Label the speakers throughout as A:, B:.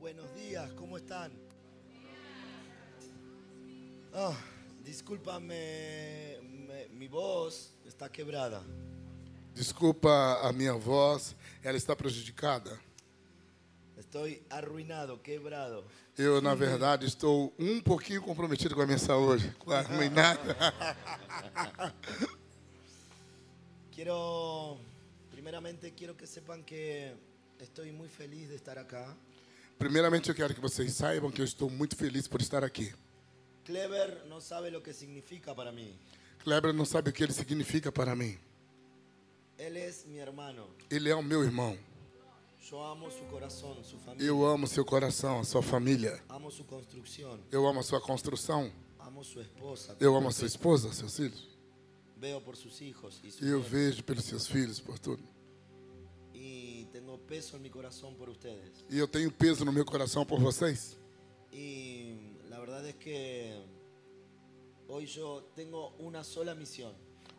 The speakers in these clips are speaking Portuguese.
A: Buenos días, ¿cómo están? Ah, discúlpame, me- mi voz está quebrada.
B: Desculpa a minha voz, ela está prejudicada.
A: Estoy arruinado, quebrado.
B: Eu, na verdade, estou um pouquinho comprometido com a minha saúde. Claro, não em nada.
A: Quiero, primeramente quiero que sepan que estoy muy feliz de estar acá.
B: Primeiramente, eu quero que vocês saibam que eu estou muito feliz por estar aqui.
A: Clever no sabe lo que significa para mí.
B: Kleber não sabe o que ele significa para mim.
A: Él es mi hermano.
B: Ele é o meu irmão.
A: Yo amo su corazón, su familia.
B: Eu amo seu coração, a sua família.
A: Amo su construcción.
B: Eu amo a sua construção.
A: Amo su esposa.
B: Eu amo a sua esposa, seus filhos.
A: Veo por sus hijos y su
B: E eu
A: mujer.
B: vejo pelos seus filhos, por tudo.
A: Y tengo peso en mi corazón por ustedes.
B: E eu tenho peso no meu coração por vocês.
A: Y la verdad es que hoy yo tengo una sola misión.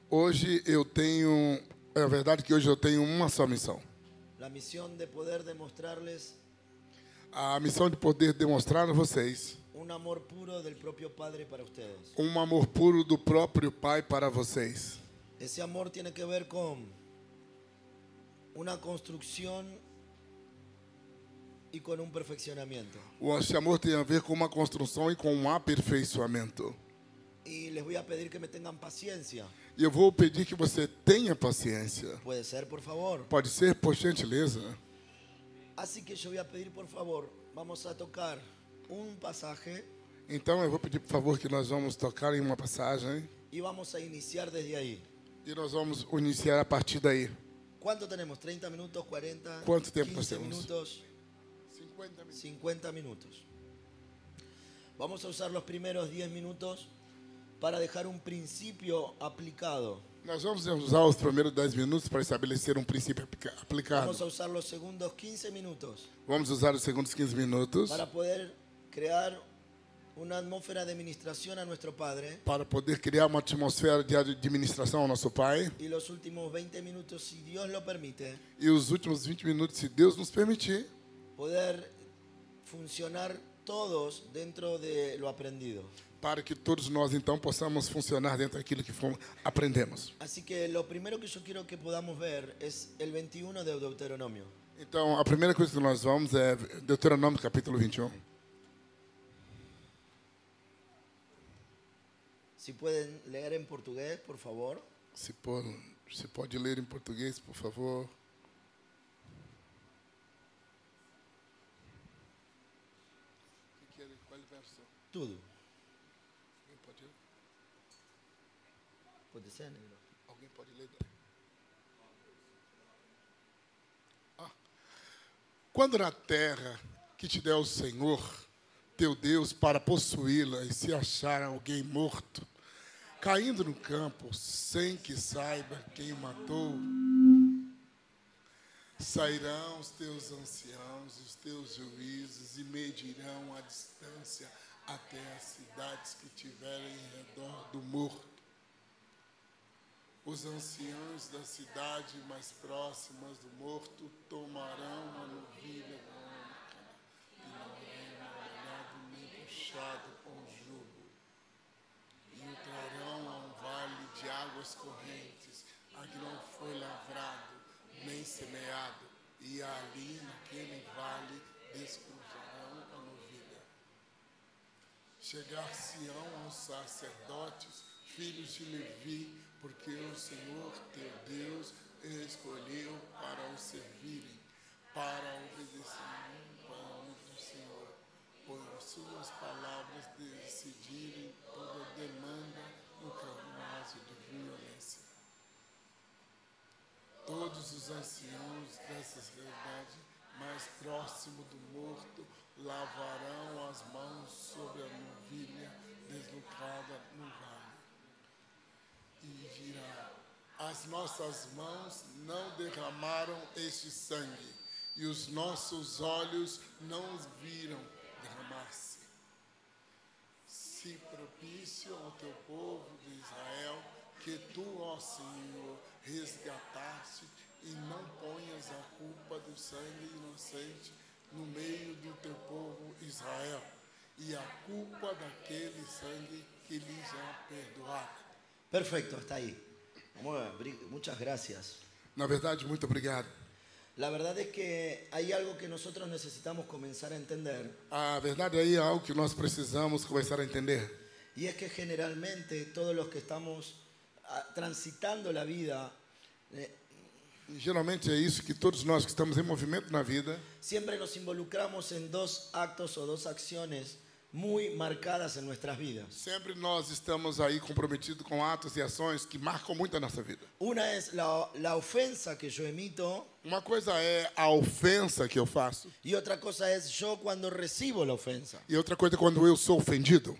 B: Hoje eu tenho. É verdade que hoje eu tenho uma só missão.
A: La misión de poder demostrarles
B: A missão de poder demonstrar a vocês
A: un amor puro del propio Padre para ustedes.
B: um amor puro do próprio Pai para vocês.
A: Ese amor tiene que ver con una construcción y con un perfeccionamiento.
B: O esse amor tem a ver com uma construção e com um aperfeiçoamento.
A: Y les voy a pedir que me tengan paciencia.
B: E eu vou pedir que você tenha paciência.
A: Puede ser, por favor.
B: Pode ser, por gentileza.
A: Así que yo voy a pedir, por favor, vamos a tocar un pasaje
B: Então eu vou pedir, por favor, que nós vamos tocar em uma passagem
A: y vamos a iniciar desde ahí.
B: e nós vamos iniciar a partir daí.
A: ¿Cuánto tenemos? ¿30 minutos? ¿40?
B: ¿Cuánto tiempo
A: 15
B: hacemos?
A: minutos?
B: 50 minutos.
A: 50 minutos. Vamos a usar los primeros 10 minutos para dejar un principio aplicado.
B: Nós vamos usar os primeiros 10 minutos para estabelecer um princípio aplica- aplicado.
A: Vamos a usar los segundos 15 minutos
B: Vamos usar os segundos 15 minutos
A: para poder crear una atmósfera de administración a nuestro Padre.
B: para poder criar uma atmosfera de administração ao nosso Pai.
A: Y los últimos 20 minutos, si Dios lo permite,
B: E os últimos 20 minutos, se Deus nos permitir,
A: poder funcionar todos dentro de lo aprendido.
B: para que todos nós então possamos funcionar dentro daquilo que fomos, aprendemos.
A: Así que lo primero que yo quiero que podamos ver es el 21 de Deuteronomio.
B: Então, a primeira coisa que nós vamos é Deuteronômio capítulo 21.
A: Si pueden leer en portugués, por favor.
B: Se, por, se pode ler em português, por favor. é? Qual verso?
A: Todo.
B: Pode ler?
A: Puede ser. negro.
B: Alguém pode ler? Ah. Quando na terra que te der o Senhor, teu Deus, para possuí-la, e se achar alguém morto, caindo no campo, sem que saiba quem o matou, sairão os teus anciãos, os teus juízes, e medirão a distância até as cidades que tiverem em redor do morto os anciãos da cidade mais próximas do morto tomarão uma novilha branca e não será molhado nem puxado com jugo. E o trarão a um vale de águas correntes, a que não foi lavrado nem semeado, e ali naquele vale descrujarão a novilha. Chegar-se-ão aos sacerdotes, filhos de Levi, porque o Senhor teu Deus escolheu para o servirem, para obedecimento para o nome do Senhor, por suas palavras decidirem toda demanda no caso de violência. Todos os anciãos dessa cidade mais próximo do morto lavarão as mãos sobre a novilha deslocada no vale e dirá: As nossas mãos não derramaram este sangue, e os nossos olhos não os viram derramar-se. Se propício ao teu povo de Israel, que tu, ó Senhor, resgataste e não ponhas a culpa do sangue inocente
C: no meio do teu povo Israel, e a culpa daquele sangue que lhe já perdoado.
A: Perfecto, está ahí. Vamos a abrir- Muchas gracias.
C: Na verdade, muito obrigado.
A: La verdad es que hay algo que nosotros necesitamos comenzar a entender
C: A verdade aí é algo que nós precisamos começar a entender.
A: y es que generalmente todos los que estamos ah, transitando la vida eh,
C: E geralmente é isso que todos nós que estamos em movimento na vida,
A: siempre nos involucramos en dos actos o dos acciones muy marcadas en nuestras vidas.
C: sempre nós estamos aí comprometidos com atos e ações que marcam muito a nossa vida.
A: Una es la, la ofensa que yo emito
C: Uma coisa é a ofensa que eu faço,
A: y otra cosa es yo cuando recibo la ofensa.
C: e outra coisa é quando eu sou ofendido.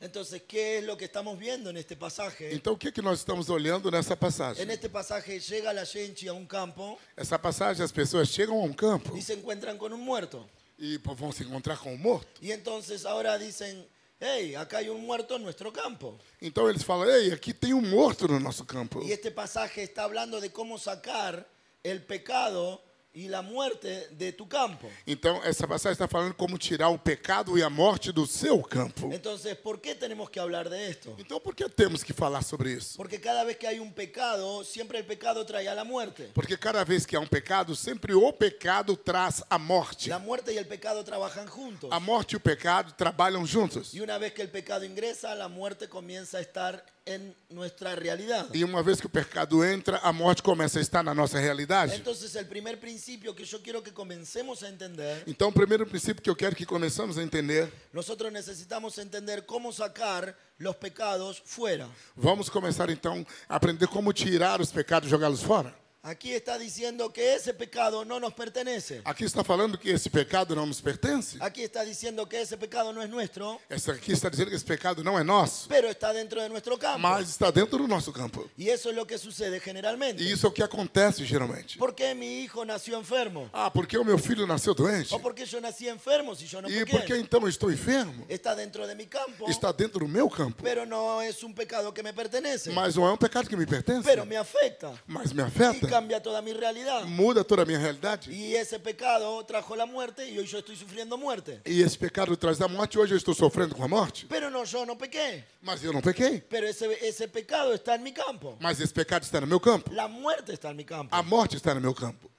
A: Entonces, ¿qué es lo que estamos viendo en este pasaje?
C: Então o que, que nós estamos olhando nessa passagem?
A: En este pasaje llega la gente a un campo
C: Essa passagem as pessoas chegam a um campo
A: y se encuentran con un muerto.
C: e pô, vão se encontrar com o morto.
A: Y entonces ahora dicen, hey, acá hay un muerto en nuestro campo.
C: Então eles falam: "Ei, aqui tem um morto no nosso campo".
A: Y este pasaje está hablando de cómo sacar el pecado y la muerte de tu campo.
C: Então essa passagem está falando como tirar o pecado e a morte do seu campo.
A: Entonces, ¿por qué tenemos que hablar de esto?
C: Então por que temos que falar sobre isso?
A: Porque cada vez que hay un pecado, siempre el pecado trae a la muerte.
C: Porque cada vez que há um pecado, sempre o pecado traz a morte.
A: La muerte y el pecado trabajan juntos.
C: A morte e o pecado trabalham juntos.
A: Y una vez que el pecado ingresa, la muerte comienza a estar en nuestra realidad.
C: E uma vez que o pecado entra, a morte começa a estar na nossa realidade.
A: Entonces, el primer principio que yo quiero que comencemos a entender
C: Então, o primeiro princípio que eu quero que começamos a entender,
A: Nosotros necesitamos entender cómo sacar los pecados fuera.
C: vamos começar então a aprender como tirar os pecados e jogá-los fora.
A: Aquí está diciendo que ese pecado no nos pertenece.
C: Aqui está falando que esse pecado não nos pertence.
A: Aquí está diciendo que esse pecado no es nuestro,
C: Essa aqui está dizendo que esse pecado não é nosso,
A: pero está dentro de nuestro campo.
C: mas está dentro do nosso campo.
A: Y eso es lo que sucede
C: E
A: generalmente.
C: isso é o que acontece geralmente.
A: ¿Por qué mi hijo nació enfermo?
C: Ah, porque o meu filho nasceu doente?
A: ¿O por qué yo nací enfermo si yo no
C: E por que
A: pequé?
C: então eu estou enfermo?
A: Está dentro de mi campo,
C: Está dentro do meu campo,
A: pero no es un pecado que me pertenece,
C: mas não é um pecado que me pertence,
A: pero me afecta
C: mas me
A: y
C: afeta,
A: cambia toda mi realidad.
C: muda toda a minha realidade.
A: Y ese pecado trajo la muerte y hoy yo estoy sufriendo muerte.
C: E esse pecado traz da morte. Hoje eu estou sofrendo com a morte,
A: Pero no, yo no pequé.
C: mas eu não pequei.
A: Pero ese, esse pecado está en mi campo.
C: Mas esse pecado está no meu campo.
A: La muerte está en mi campo.
C: A morte está no meu campo.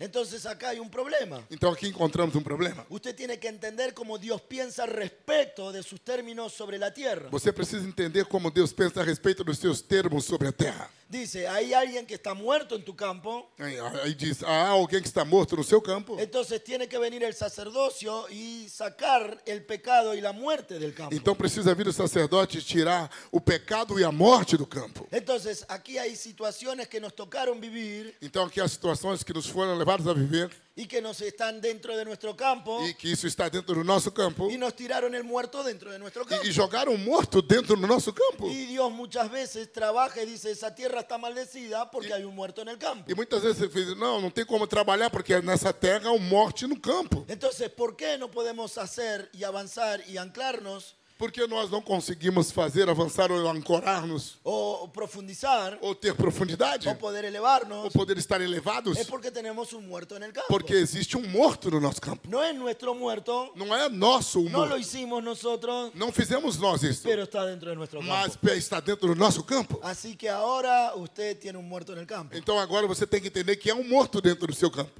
A: Entonces acá hay un problema.
C: Então aqui encontramos um problema.
A: Usted tiene que entender cómo Dios piensa respecto de sus términos sobre la tierra.
C: Você precisa entender como Deus pensa a respeito dos seus termos sobre a terra.
A: Dice, hay alguien que está muerto en tu campo,
C: Aí aí diz: há alguém que está morto no seu campo.
A: entonces tiene que venir el sacerdocio y sacar el pecado y la muerte del campo.
C: Então precisa vir o sacerdote e tirar o pecado e a morte do campo.
A: Entonces aquí hay situaciones que nos tocaron vivir
C: Então aqui há situações que nos foram levadas a viver
A: y que nos están dentro de nuestro campo
C: e que isso está dentro do nosso campo
A: y nos tiraron el muerto dentro de nuestro campo.
C: e, e jogaram morto dentro do nosso campo.
A: Y Dios muchas veces trabaja y dice, esa tierra está maldecida porque hay un muerto en el campo.
C: E muitas vezes você diz, não, não tem como trabalhar porque nessa terra há um morte no campo.
A: Entonces, ¿por quê no podemos hacer y avanzar y anclarnos
C: Porque nós não conseguimos fazer avançar ou ancorar-nos
A: o profundizar
C: ou ter profundidade
A: o poder elevarnos?
C: ou poder estar elevados
A: Es porque tenemos un muerto en el campo.
C: porque existe um morto no nosso campo.
A: No es nuestro muerto,
C: Não é nosso o
A: no lo
C: morto.
A: hicimos nosotros,
C: Não fizemos nós isso,
A: pero está dentro de nuestro
C: mas
A: campo.
C: pe- está dentro do nosso campo.
A: Así que ahora usted tiene un muerto en el campo.
C: Então agora você tem que entender que há um morto dentro do seu campo.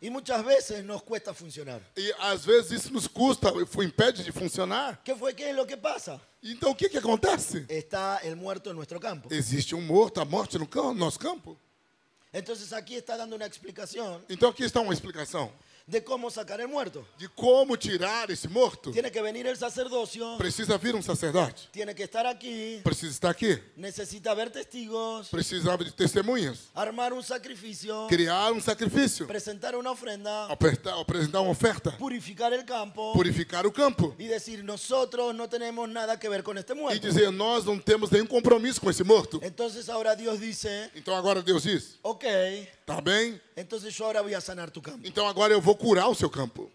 A: Y muchas veces nos cuesta funcionar.
C: E às vezes isso nos custa, fu- impede de funcionar.
A: ¿Qué fue? ¿Qué es lo que pasa?
C: Então o que, que acontece?
A: Está el muerto en nuestro campo.
C: Existe um morto, a morte no cam- nosso campo.
A: Entonces aquí está dando una explicação
C: Então aqui está uma explicação
A: de cómo sacar el muerto.
C: de como tirar esse morto.
A: Tiene que venir el sacerdocio,
C: Precisa vir um sacerdote,
A: tiene que estar aquí,
C: precisa estar aqui,
A: necesita haber testigos,
C: precisa de testemunhas,
A: armar un sacrificio,
C: criar um sacrifício,
A: presentar una ofrenda,
C: apertar- apresentar uma oferta,
A: purificar el campo
C: purificar o campo
A: y decir, nosotros no tenemos nada que ver con este
C: e
A: muerto.
C: dizer: Nós não temos nenhum compromisso com esse morto.
A: Entonces ahora Dios dice,
C: Então agora Deus diz:
A: ok,
C: Tá bem,
A: entonces yo ahora voy a sanar tu campo.
C: então agora eu vou curar o seu campo.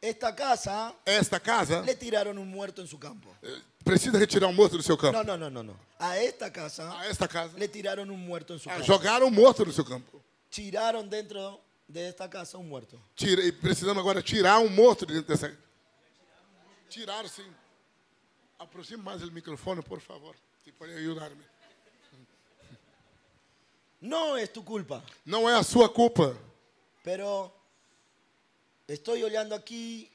A: Esta casa
C: Esta casa
A: le tiraron un muerto en su campo.
C: eh, precisa retirar um morto do seu campo.
A: No, no, no, no, no. A esta casa
C: a esta casa.
A: le tiraron un muerto en su
C: Ah,
A: campo.
C: jogaram morto no seu campo.
A: tiraron dentro de esta casa un muerto.
C: Tira, e precisamos agora tirar um morto de dentro dessa. Tirar sim. Aproxime mais o microfone, por favor. Se pode ajudar-me.
A: No es tu culpa,
C: Não é a sua culpa.
A: pero estoy oleando aquí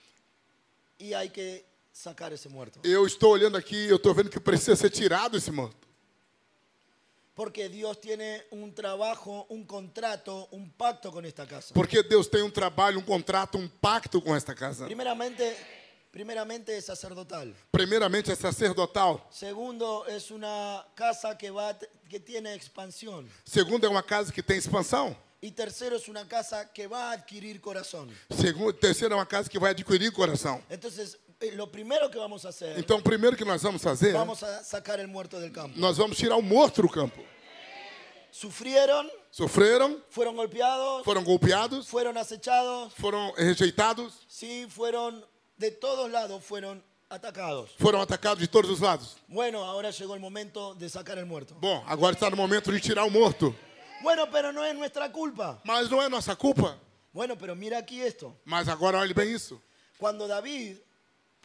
A: y hay que sacar ese muerto.
C: Eu estou olhando aqui, eu estou vendo que precisa ser tirado esse morto.
A: Porque Dios tiene un trabajo, un contrato, un pacto con esta casa.
C: Porque Deus tem um trabalho, um contrato, um pacto com esta casa.
A: Primeramente, primeramente es sacerdotal.
C: Primeiramente é sacerdotal.
A: Segundo, es una casa que, va, que tiene expansión.
C: Segundo, é uma casa que tem expansão.
A: Y tercero, es una casa que va a adquirir corazón.
C: Segundo, terceiro, é uma casa que vai adquirir coração.
A: Entonces, eh, lo primero que vamos a hacer,
C: Então, o primeiro que nós vamos fazer,
A: vamos a sacar el muerto del campo.
C: nós vamos tirar o morto do campo.
A: Sufrieron,
C: Sofreram,
A: fueron golpeados,
C: foram golpeados,
A: fueron acechados,
C: foram rejeitados,
A: sí, fueron, de todos lados fueron atacados.
C: foram atacados de todos os lados.
A: Bueno, ahora llegó el momento de sacar el muerto.
C: Bom, agora está no momento de tirar o morto.
A: Bueno, pero no es nuestra culpa.
C: Mas não é nossa culpa.
A: Bueno, pero mira aquí esto.
C: Mas agora olhe bem isso.
A: Cuando David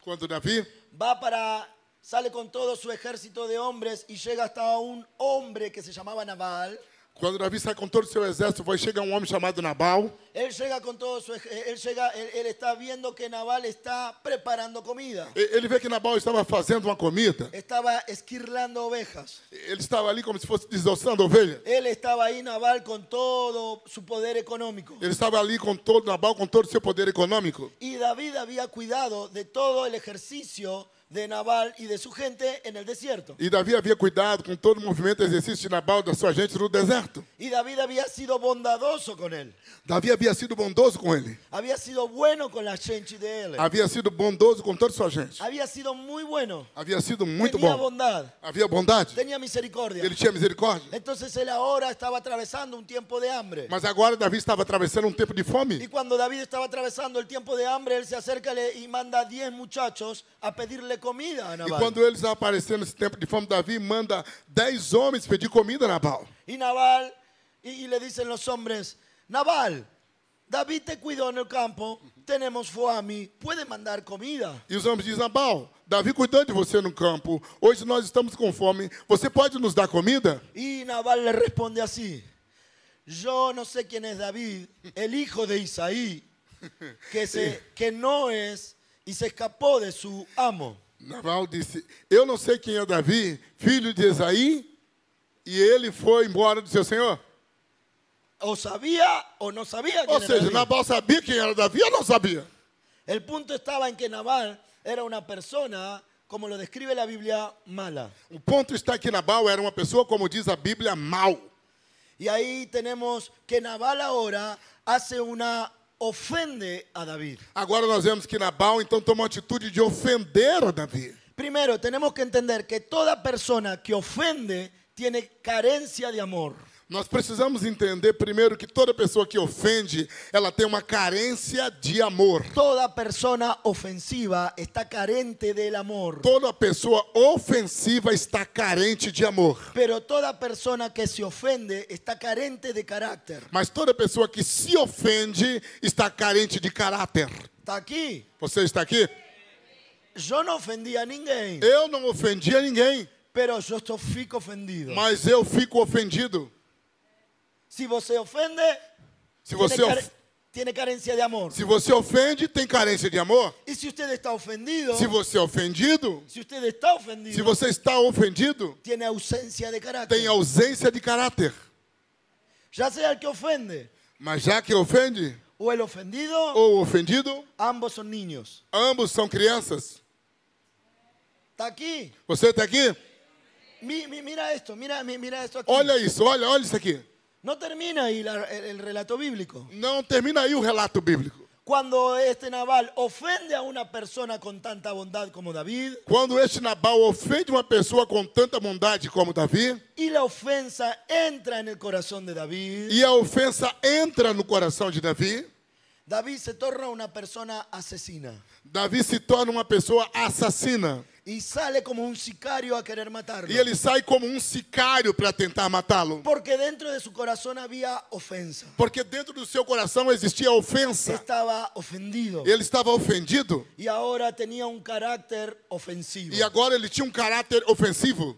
C: Quando Davi
A: va para sale con todo su ejército de hombres y llega hasta um hombre que se llamaba Nabal.
C: Quando Davi sai com todo o seu exército, vai chegar um homem chamado Nabal.
A: Él llega con todo su ej- él llega él, él está viendo que Nabal está preparando comida.
C: E- Ele vê que Nabal estava fazendo uma comida.
A: Estaba esquirlando ovejas.
C: Ele estava ali como se fosse desossando ovelha.
A: Él estaba ahí Nabal con todo su poder económico.
C: Ele estava ali com todo Nabal, com todo o seu poder econômico.
A: Y David había cuidado de todo el ejercicio de Nabal y de su gente en el desierto.
C: E Davi havia cuidado com todo o movimento e exercício de Nabal da sua gente no deserto.
A: Y David había sido bondadoso con él.
C: Davi havia sido bondoso com ele.
A: Había sido bueno con la gente de él.
C: Havia sido bondoso com toda a sua gente.
A: Había sido muy bueno.
C: Havia sido muito
A: tenía
C: bom.
A: bondad,
C: Havia bondade.
A: tenía misericordia.
C: Ele tinha misericórdia.
A: Entonces él ahora estaba atravesando un tiempo de hambre.
C: Mas agora Davi estava atravessando um tempo de
A: Y
C: fome.
A: cuando David estaba atravesando el tiempo de hambre, él se acerca le- y manda a 10 muchachos a pedirle comida a
C: E
A: Nabal.
C: quando eles apareceram nesse tempo de fome, Davi manda dez homens pedir comida a Nabal.
A: Y Nabal, y, y le dicen los hombres, Nabal, David te cuidó en el campo, tenemos foami, puede mandar comida.
C: E os homens dizem: Nabal, Davi cuidou de você no campo. Hoje nós estamos com fome. Você pode nos dar comida?
A: Y Nabal le responde así, yo no sé quién es David, el hijo de Isaí, que, se, que no es y se escapó de su amo.
C: Nabal disse: Eu não sei quem é Davi, filho de Esaí, e ele foi embora do seu senhor.
A: O sabía o no sabía quién
C: Ou
A: era
C: seja,
A: David.
C: Nabal sabia quem era Davi ou não sabia?
A: El punto estaba en que Nabal era una persona, como lo describe la Biblia, mala.
C: O ponto está que Nabal era uma pessoa, como diz a Bíblia, mal.
A: Y ahí tenemos que Nabal ahora hace una ofende a David.
C: Agora nós vemos que Nabal então toma uma atitude de ofender a Davi.
A: Primero, tenemos que entender que toda persona que ofende tiene carencia de amor.
C: Nós precisamos entender primeiro que toda pessoa que ofende, ela tem uma carência de amor.
A: Toda persona ofensiva está carente del amor.
C: Toda pessoa ofensiva está carente de amor.
A: Pero toda persona que se ofende está carente de carácter.
C: Mas toda pessoa que se ofende está carente de caráter.
A: Está aquí.
C: Você está aqui?
A: Yo no ofendí a ninguém,
C: Eu não ofendi a ninguém,
A: pero yo estoy fico ofendido.
C: mas eu fico ofendido.
A: Si você ofende,
C: Se
A: tiene,
C: você,
A: care-
C: of-
A: tiene carencia de amor.
C: se você ofende, tem carência de amor.
A: y si usted está ofendido,
C: Se você é ofendido,
A: si usted está
C: se
A: ofendido,
C: você está ofendido,
A: tiene ausencia de carácter.
C: tem ausência de caráter.
A: Ya sea el que ofende
C: Mas já que ofende
A: o el ofendido,
C: ou ofendido,
A: ambos son niños.
C: ambos são crianças.
A: Está aquí.
C: Você está aqui?
A: Mi- mi- mira esto, mira, mi- mira esto aquí.
C: Olha isso, olha, olha isso aqui.
A: No termina ahí la- el, el relato bíblico.
C: Não termina aí o relato bíblico.
A: Cuando este naval ofende a una persona con tanta bondad como David,
C: Quando este Nabal ofende uma pessoa com tanta bondade como Davi,
A: y la ofensa entra en el corazón de David,
C: e a ofensa entra no coração de Davi,
A: David se torna una persona asesina.
C: Davi se torna uma pessoa assassina.
A: y sale como un sicario a querer matarlo.
C: E ele sai como um sicário para tentar matá-lo.
A: Porque dentro de su corazón había ofensa.
C: Porque dentro do seu coração existia ofensa.
A: Estaba ofendido.
C: Ele estava ofendido.
A: Y ahora tenía un carácter ofensivo.
C: E agora ele tinha um caráter ofensivo.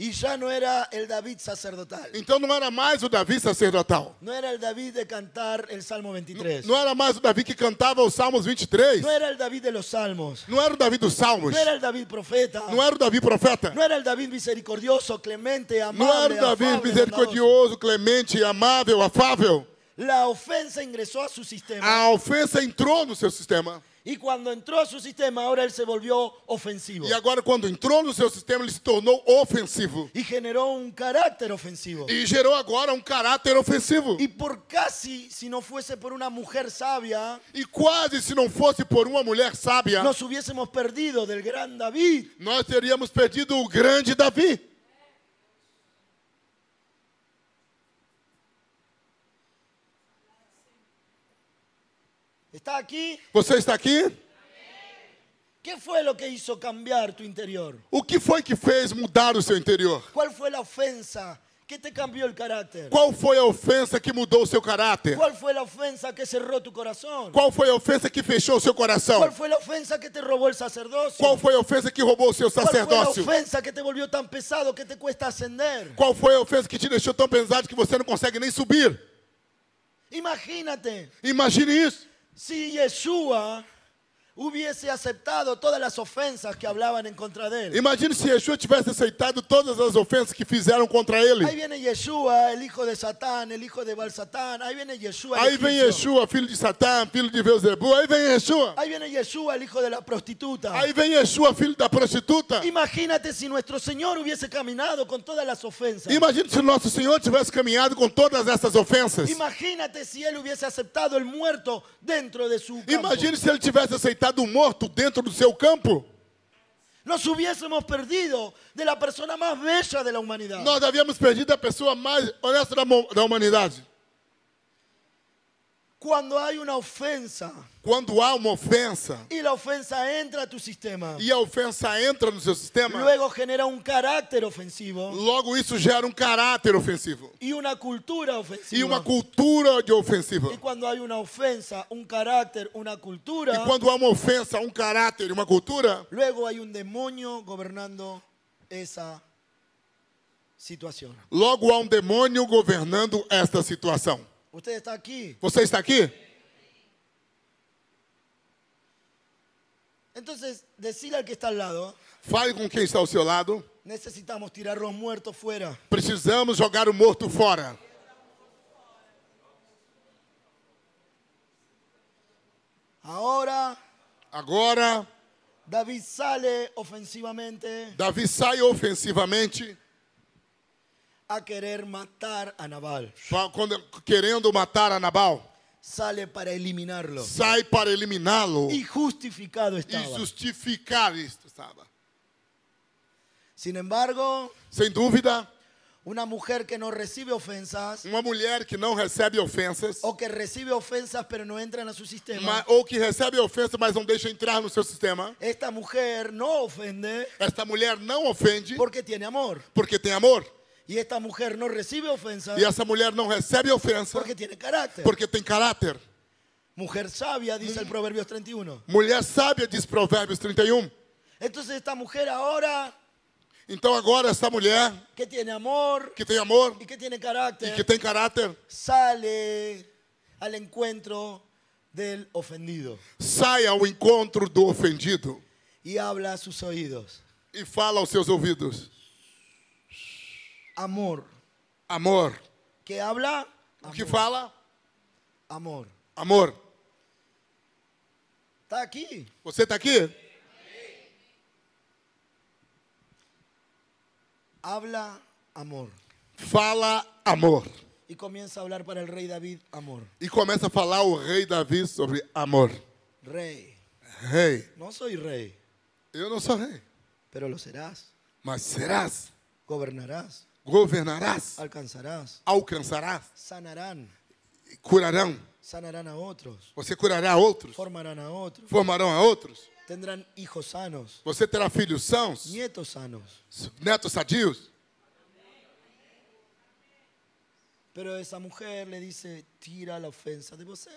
A: Y ya no era el David sacerdotal.
C: Então não era mais o Davi sacerdotal.
A: No era el David de cantar el Salmo 23.
C: Não era mais o Davi que cantava os Salmos 23.
A: No era el David de los Salmos.
C: Não era o Davi dos Salmos.
A: No era el David profeta.
C: Não era o Davi profeta.
A: No era el David misericordioso, clemente, amable.
C: Não era o Davi
A: afable, bondadoso.
C: misericordioso, clemente, amável, afável.
A: La ofensa ingresó a su sistema.
C: A ofensa entrou no seu sistema.
A: Y cuando entró a su sistema, ahora él se volvió ofensivo.
C: E agora, quando entrou no seu sistema, ele se tornou ofensivo.
A: Y generó un carácter ofensivo.
C: E gerou agora um caráter ofensivo.
A: Y por casi, si no fuese por una mujer sabia,
C: E quase se não fosse por uma mulher sábia,
A: nos hubiésemos perdido del gran David.
C: nós teríamos perdido o grande Davi.
A: ¿Está aquí?
C: Você está aqui?
A: ¿Qué fue lo que hizo cambiar tu interior?
C: O que foi que fez mudar o seu interior?
A: ¿Cuál fue la ofensa? que te cambió el carácter?
C: Qual foi a ofensa que mudou o seu caráter?
A: ¿Cuál fue la ofensa que cerró tu corazón?
C: Qual foi a ofensa que fechou o seu coração?
A: ¿Cuál fue la ofensa que te robó el sacerdocio?
C: Qual foi a ofensa que roubou o seu
A: ¿Cuál fue la
C: sacerdócio?
A: ofensa que te volvió tan pesado que te cuesta ascender?
C: Qual foi a ofensa que te deixou tão pesado que você não consegue nem subir?
A: Imagínate,
C: Imagine isso.
A: si Yeshua hubiese aceptado todas las ofensas que hablaban en contra de él.
C: Imagine se Yeshua tivesse aceitado todas as ofensas que fizeram contra
A: Ahí
C: ele.
A: viene Yeshua, el hijo de Satán, el hijo de Balsatán. Ahí viene Yeshua. el
C: Aí vem
A: egipcio.
C: Yeshua, filho de Satã, filho de Beuzebu. Aí vem Yeshua.
A: Ahí viene Yeshua, el hijo de la prostituta.
C: Aí vem Yeshua, filho da prostituta.
A: Imagínate si nuestro Señor hubiese caminado con todas las ofensas.
C: Imagine se nosso Senhor tivesse caminhado com todas essas ofensas.
A: Imagínate si él hubiese aceptado el muerto dentro de su campo.
C: Imagine se ele tivesse aceitado o morto dentro do seu campo.
A: Nos hubiésemos perdido de la persona más bella de la humanidad.
C: Nós havíamos perdido a pessoa mais honesta da mo- da humanidade.
A: Cuando hay una ofensa
C: Quando há uma ofensa
A: y la ofensa entra a tu sistema,
C: e a ofensa entra no seu sistema,
A: luego genera un carácter ofensivo
C: logo isso gera um caráter ofensivo
A: y una cultura
C: e uma
A: ofensiva.
C: cultura de ofensiva.
A: Y cuando hay una ofensa, un carácter, una cultura,
C: E quando há uma ofensa, um caráter e uma cultura,
A: luego hay un demonio gobernando esa situación.
C: logo há um demônio governando esta situação.
A: Usted está aquí.
C: Você está aqui?
A: Entonces, decirle al que está al lado,
C: Fale com quem está ao seu lado.
A: necesitamos tirar los muertos fuera.
C: Precisamos jogar o morto fora.
A: Ahora
C: Agora,
A: David sale ofensivamente
C: Davi sai ofensivamente,
A: a querer matar a Nabal.
C: fa- quando- querendo matar a Nabal.
A: Sale para eliminarlo.
C: Sai para eliminá-lo
A: Y justificado
C: e
A: estaba.
C: justificar isto, sabe?
A: Sin embargo,
C: Sem dúvida,
A: una mujer que no recibe ofensas
C: uma mulher que não recebe ofensas,
A: o que recibe ofensas pero no entran a su
C: ma-
A: sistema,
C: ou que recebe ofensa, mas não deixa entrar no seu sistema,
A: esta mujer no ofende
C: esta mulher não ofende
A: porque tiene amor.
C: porque tem amor.
A: Y esta mujer no recibe ofensas
C: E essa mulher não recebe ofensa
A: porque tiene carácter.
C: porque Mm. tem caráter.
A: Mujer sabia, dice el Proverbios 31.
C: Mulher sábia, diz Provérbios 31.
A: Entonces esta mujer ahora
C: Então agora essa mulher
A: que tiene amor
C: que tem amor
A: y que tiene
C: e
A: carácter
C: que tem caráter
A: sale al encuentro del ofendido
C: sai ao encontro do ofendido
A: y habla a sus oídos.
C: e fala aos seus ouvidos:
A: Amor.
C: Amor.
A: que habla?
C: O que fala?
A: Amor.
C: Amor.
A: Está aquí.
C: Você está aqui?
A: Habla amor.
C: Fala amor.
A: Y comienza a hablar para el rey David amor.
C: E começa a falar o rei Davi sobre amor.
A: Rey,
C: Rei,
A: no soy rey,
C: eu não sou rei,
A: pero lo serás.
C: mas serás,
A: Gobernarás,
C: governarás,
A: alcanzarás,
C: alcançarás,
A: sanarán,
C: curarão.
A: sanarán a otros,
C: Você curará outros.
A: formarán a otros,
C: Formarão a outros.
A: tendrán hijos sanos,
C: Você terá filhos sãos,
A: nietos sanos.
C: netos sadios.
A: Pero esa mujer le dice, tira la ofensa de você.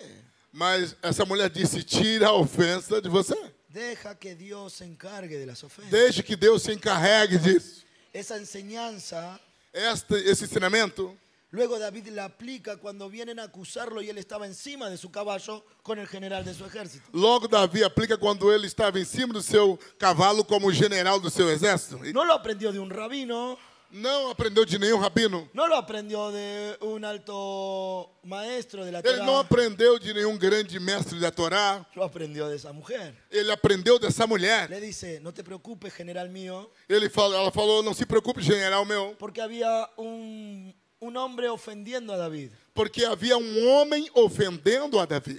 C: Mas essa mulher disse: tira a ofensa de você.
A: Deja que Dios se encargue de las ofensas.
C: Desde que Deus se encarregue disso.
A: Esa enseñanza,
C: Esta, esse ensinamento,
A: luego David la aplica cuando vienen a acusarlo y él estaba encima de su caballo con el general de su ejército.
C: logo Davi aplica quando ele estava em cima do seu cavalo como general do seu exército. E
A: No lo aprendió de un rabino,
C: não aprendeu de nenhum rabino.
A: no lo aprendió de un alto maestro de la
C: Ele não
A: Torá,
C: aprendeu de nenhum grande mestre da Torá.
A: lo aprendió de esa mujer.
C: Ele aprendeu dessa mulher.
A: Le dice, no te preocupes, general mío,
C: Ele fala, ela falou: não se preocupe, general meu,
A: porque había un, un hombre ofendiendo a David.
C: porque havia um homem ofendendo a Davi.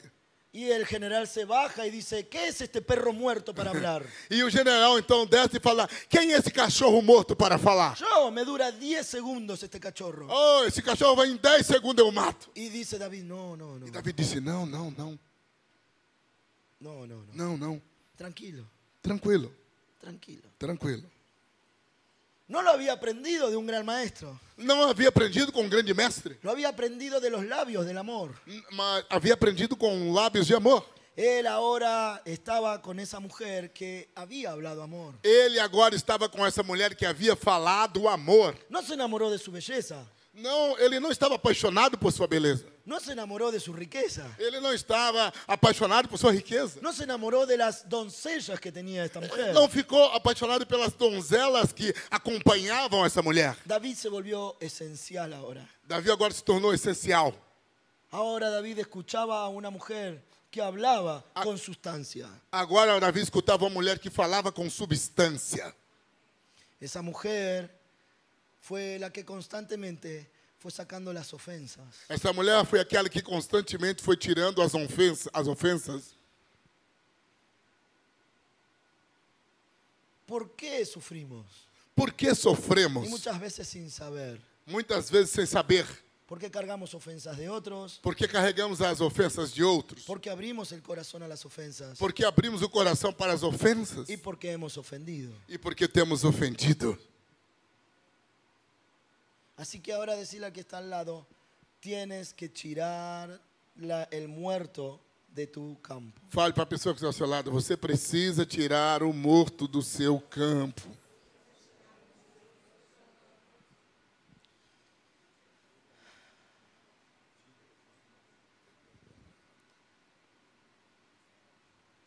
A: Y el general se baja y dice, ¿qué es este perro muerto para hablar?
C: E o general então desce e fala: Quem é esse cachorro morto para falar?
A: Yo, me dura 10 segundos este cachorro.
C: Oh, esse cachorro vai em 10 segundos eu mato.
A: Y dice David, no, no, no,
C: E Davi disse: Não, não, não,
A: no, no, no.
C: não, não.
A: Tranquilo,
C: Tranquilo,
A: tranquilo.
C: tranquilo.
A: No lo había aprendido de un gran maestro.
C: Não havia aprendido com um grande mestre,
A: Lo había aprendido de los labios del amor.
C: n- mas havia aprendido com lábios de amor.
A: Él ahora estaba con esa mujer que había hablado amor.
C: Ele agora estava com essa mulher que havia falado o amor.
A: No se enamoró de su belleza.
C: Não, ele não estava apaixonado por sua beleza.
A: No se enamoró de su riqueza.
C: Ele não estava apaixonado por sua riqueza.
A: No se enamoró de las doncellas que tenía esta mujer.
C: Não ficou apaixonado pelas donzelas que acompanhavam essa mulher.
A: David se volvió esencial ahora.
C: Davi agora se tornou essencial.
A: Ahora David escuchaba a una mujer que hablaba con sustancia.
C: Agora Davi escutava uma mulher que falava com substância.
A: Esa mujer fue la que constantemente fue sacando las ofensas.
C: Essa mulher foi aquela que constantemente foi tirando as ofensas, as ofensas.
A: ¿Por qué sufrimos?
C: Por que
A: Y
C: sofremos?
A: muchas veces sin saber.
C: Muitas vezes sem saber.
A: ¿Por qué cargamos ofensas de otros?
C: Porque carregamos as ofensas de outros.
A: Porque abrimos el corazón a las ofensas.
C: Porque abrimos o coração para as ofensas.
A: Y porque hemos ofendido.
C: E porque temos ofendido.
A: Así que ahora decirle al que está al lado, tienes que tirar la- el muerto de tu campo.
C: Fale para a pessoa que está ao seu lado: você precisa tirar o morto do seu campo.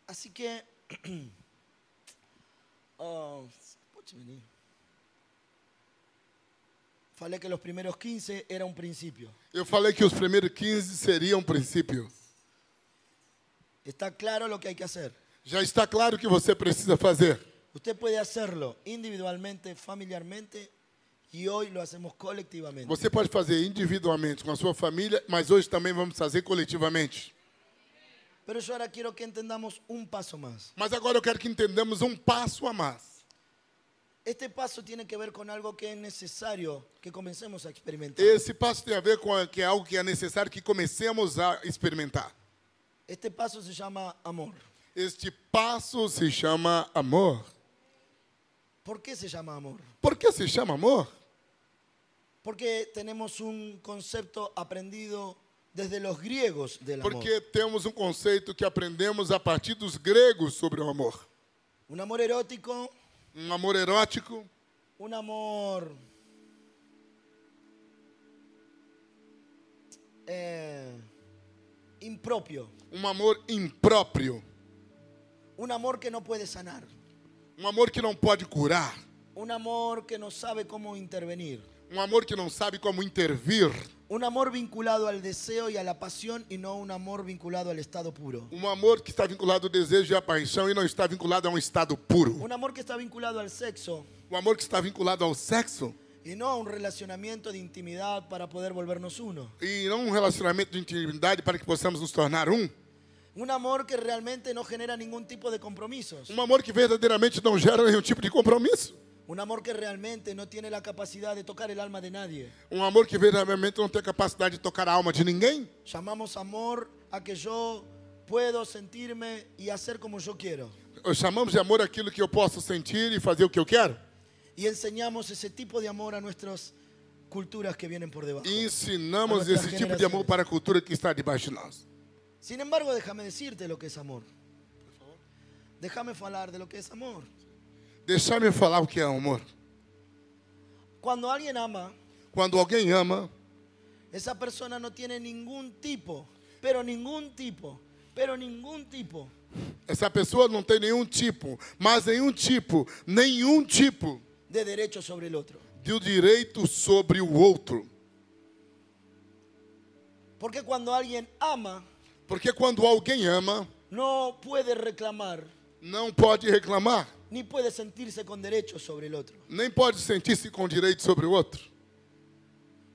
A: Así que. ah, pucha, vení. Falé que los primeros 15 era un principio.
C: Eu falei que os primeiros 15 seriam um princípio.
A: Está claro lo que hay que hacer.
C: Já está claro o que você precisa fazer.
A: Usted puede hacerlo individualmente, familiarmente, y hoy lo hacemos colectivamente.
C: Você pode fazer individualmente com a sua família, mas hoje também vamos fazer coletivamente.
A: Pero yo ahora quiero que entendamos un paso más.
C: Mas agora eu quero que entendamos um passo a mais.
A: Este paso tiene que ver con algo que es necesario que comencemos a experimentar.
C: Esse passo tem a ver com a- que é algo que é necessário que comecemos a experimentar.
A: Este paso se llama amor.
C: Este passo se chama amor.
A: ¿Por qué se llama amor?
C: Por que se chama amor?
A: Porque tenemos un concepto aprendido desde los griegos del amor.
C: Porque temos um conceito que aprendemos a partir dos gregos sobre o amor.
A: Un amor erótico,
C: Um amor erótico,
A: un amor eh, impropio,
C: um amor impróprio,
A: un amor que no puede sanar,
C: um amor que não pode curar,
A: un amor que no sabe cómo intervenir,
C: um amor que não sabe como intervir,
A: un amor vinculado al deseo y a la pasión y no un amor vinculado al estado puro.
C: um amor que está vinculado ao desejo e à paixão e não está vinculado a um estado puro,
A: Un amor que está vinculado al sexo
C: um amor que está vinculado ao sexo
A: y no a un relacionamiento de intimidad para poder volvernos uno.
C: e não um relacionamento de intimidade para que possamos nos tornar um,
A: Un amor que realmente no genera ningún tipo de compromisos.
C: um amor que verdadeiramente não gera nenhum tipo de compromisso,
A: Un amor que realmente no tiene la capacidad de tocar el alma de nadie.
C: Um amor que verdadeiramente não tem a capacidade de tocar a alma de ninguém.
A: Llamamos amor a que yo puedo sentirme y hacer como yo quiero.
C: Chamamos de amor aquilo que eu posso sentir e fazer o que eu quero.
A: Y enseñamos ese tipo de amor a nuestras culturas que vienen por debajo.
C: E ensinamos esse tipo de amor para a cultura que está debaixo de nós.
A: Sin embargo, déjame decirte lo que es amor. Déjame hablar de lo que es amor.
C: Deixar-me falar o que é amor.
A: Cuando alguien ama,
C: Quando alguém ama,
A: esa persona no tiene ningún tipo, pero ningún tipo, pero ningún tipo
C: essa pessoa não tem nenhum tipo, mas nenhum tipo, nenhum tipo
A: de derecho sobre el otro.
C: de direito sobre o outro.
A: Porque cuando alguien ama,
C: Porque quando alguém ama,
A: no puede reclamar
C: não pode reclamar,
A: ni puede sentirse con derecho sobre el otro.
C: nem pode sentir-se com direito sobre o outro.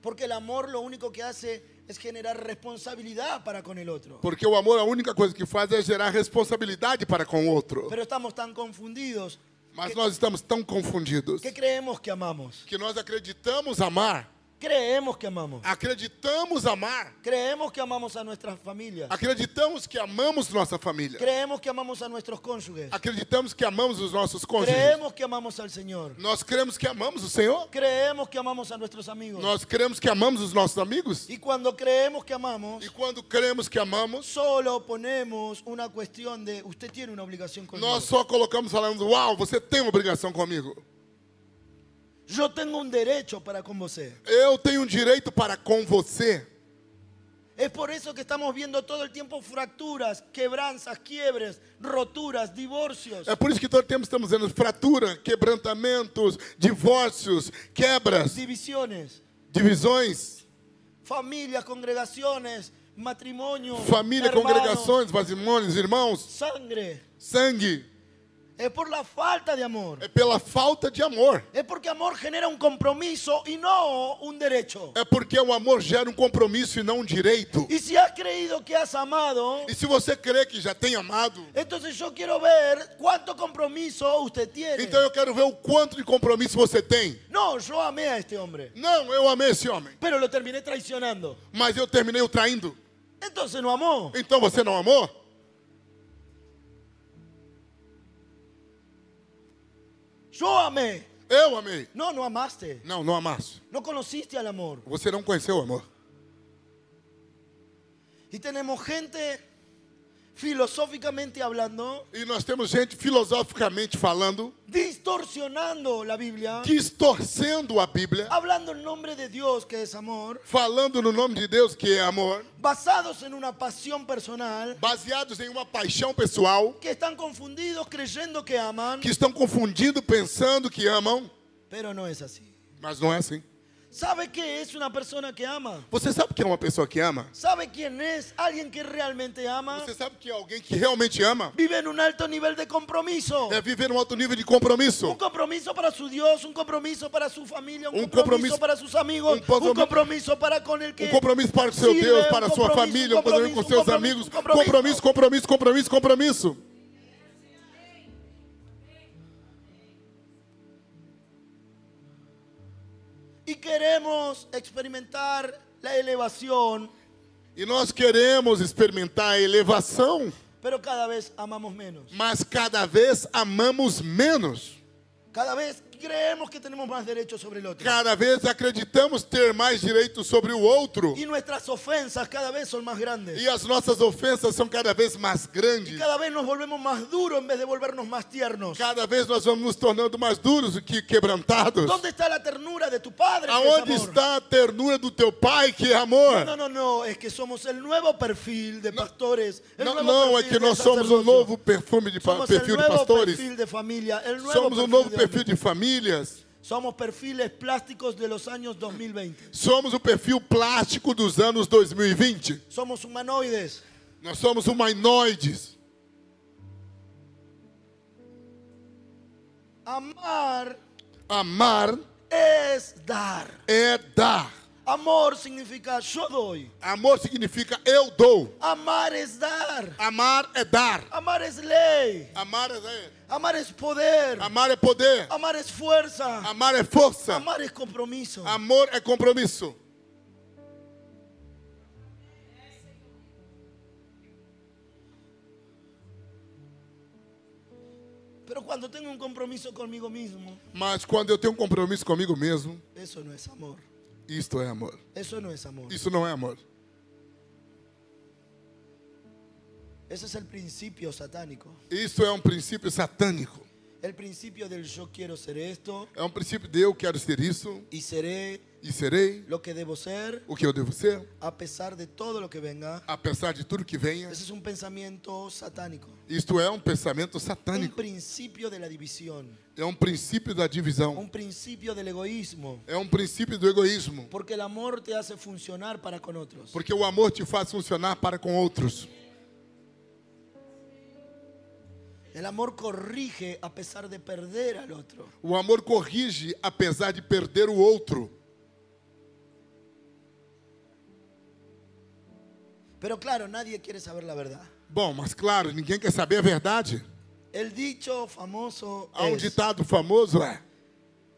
A: Porque el amor lo único que hace es generar responsabilidad para con el otro.
C: Porque o amor, a única coisa que faz é gerar responsabilidade para com o outro.
A: Pero estamos tan confundidos
C: Mas nós estamos tão confundidos
A: que creemos que amamos.
C: que nós acreditamos amar,
A: Creemos que amamos.
C: acreditamos amar,
A: Creemos que amamos a nuestras familias.
C: acreditamos que amamos nossa família,
A: Creemos que amamos a nuestros cónyuges.
C: acreditamos que amamos os nossos cônjuges.
A: Creemos que amamos al Señor.
C: Nós cremos que amamos o Senhor,
A: Creemos que amamos a nuestros amigos.
C: nós cremos que amamos os nossos amigos.
A: Y cuando creemos que amamos,
C: E quando cremos que amamos,
A: solo ponemos una cuestión de usted tiene una obligación conmigo.
C: nós só colocamos falando: Uau, você tem obrigação comigo.
A: Yo tengo un derecho para con usted.
C: Eu tenho um direito para com você.
A: Es por eso que estamos viendo todo el tiempo fracturas, quebranzas, quiebres, roturas, divorcios.
C: É por isso que todo tempo estamos vendo fratura, quebrantamentos, divórcios, quebras,
A: divisiones,
C: divisões,
A: familias, congregaciones, matrimonio,
C: família,
A: hermanos,
C: congregações, matrimônios, irmãos,
A: sangre.
C: sangue.
A: Es por la falta de amor.
C: É pela falta de amor.
A: Es porque amor genera un compromiso y no un derecho.
C: É porque o amor gera um compromisso e não um direito.
A: Y si has creído que has amado,
C: E se você crê que já tem amado,
A: entonces yo quiero ver cuánto compromiso usted tiene.
C: então eu quero ver o quanto de compromisso você tem.
A: No, yo amé a este hombre,
C: Não, eu amei esse homem,
A: pero lo terminé traicionando.
C: mas eu terminei o traindo.
A: Entonces no amó.
C: Então você não amou?
A: Yo amé.
C: Eu amei.
A: No, no amaste.
C: Não, não amasse.
A: No conociste al amor.
C: Você não conheceu o amor.
A: Y tenemos gente filosóficamente hablando,
C: E nós temos gente filosoficamente falando,
A: distorsionando la Biblia,
C: distorcendo a Bíblia,
A: hablando en nombre de Dios que es amor,
C: falando no nome de Deus que é amor,
A: basados en una pasión personal,
C: baseados em uma paixão pessoal,
A: que están confundidos creyendo que aman,
C: que estão confundindo, pensando que amam,
A: pero no es así.
C: mas não é assim.
A: ¿Sabe qué es una persona que ama?
C: Você sabe o que é uma pessoa que ama?
A: ¿Sabe quién es alguien que realmente ama?
C: Você sabe que é alguém que realmente ama?
A: Vive en un alto nivel de compromiso.
C: É viver um alto nível de compromisso.
A: Un compromiso para su Dios, un compromiso para su familia, un,
C: Un
A: compromiso,
C: compromiso-
A: para sus amigos,
C: un
A: un,
C: compromiso-
A: compromiso para con el que
C: Um compromisso para o seu
A: sirve,
C: Deus,
A: un
C: para a sua
A: compromiso,
C: família,
A: un
C: um é compromisso com
A: compromiso,
C: seus
A: un
C: amigos.
A: compromiso.
C: Compromisso, compromisso, compromisso, compromisso.
A: Y queremos experimentar la elevación,
C: E nós queremos experimentar a elevação,
A: pero cada vez amamos menos.
C: mas cada vez amamos menos.
A: Cada vez creemos que tenemos más derechos sobre el otro.
C: Cada vez acreditamos ter mais direito sobre o outro.
A: Y nuestras ofensas cada vez son más grandes.
C: E as nossas ofensas são cada vez mais
A: Y
C: grandes.
A: cada vez nos volvemos más duros en vez de volvernos más tiernos.
C: Cada vez nós vamos nos tornando mais duros do que quebrantados.
A: ¿Dónde está la ternura de tu padre? que es
C: Aonde
A: amor?
C: está a ternura do teu pai, que é amor?
A: No, no, no, es que somos el nuevo perfil de pastores. El
C: Não,
A: nuevo
C: não é
A: perfil
C: que
A: de
C: nós somos o
A: sacerdocio.
C: novo perfume de pa-
A: Somos
C: é perfil
A: el
C: de
A: nuevo
C: pastores.
A: perfil de familia, el nuevo
C: Somos o novo
A: de
C: perfil
A: hombres.
C: de famílias.
A: Somos perfiles plásticos de los años 2020.
C: Somos o perfil plástico dos anos 2020.
A: Somos humanoides.
C: Nós somos humanoides.
A: Amar
C: Amar
A: es dar.
C: é dar.
A: Amor significa yo doy.
C: Amor significa eu dou.
A: Amar es dar.
C: Amar é dar.
A: Amar es ley.
C: Amar é, dar.
A: Amar es poder.
C: amar é poder.
A: Amar es fuerza.
C: Amar é força.
A: Amar es compromiso.
C: Amor é compromisso.
A: Pero cuando tengo un compromiso conmigo mismo,
C: Mas quando eu tenho um compromisso comigo mesmo,
A: eso no es amor.
C: isto é amor.
A: Eso no es amor.
C: Isso não é amor.
A: Ese es el principio satánico.
C: Isso é um princípio satânico.
A: El principio del yo quiero ser esto
C: É um princípio de eu quero ser isso
A: y seré
C: e serei
A: lo que debo ser
C: o que eu devo ser,
A: a pesar de todo lo que venga.
C: apesar de tudo que venha.
A: Ese es un pensamiento satánico.
C: Isto é um pensamento
A: Un
C: satânico.
A: principio de la división.
C: É um princípio da divisão.
A: Un principio del egoísmo.
C: É um princípio do egoísmo.
A: Porque el amor te hace funcionar para con otros.
C: Porque o amor te faz funcionar para com outros.
A: El amor corrige a pesar de perder al otro.
C: O amor corrige apesar de perder o outro.
A: Pero claro, nadie quiere saber la verdad.
C: Bom, mas claro, ninguém quer saber a verdade.
A: El dicho famoso
C: Há um
A: es,
C: ditado famoso é: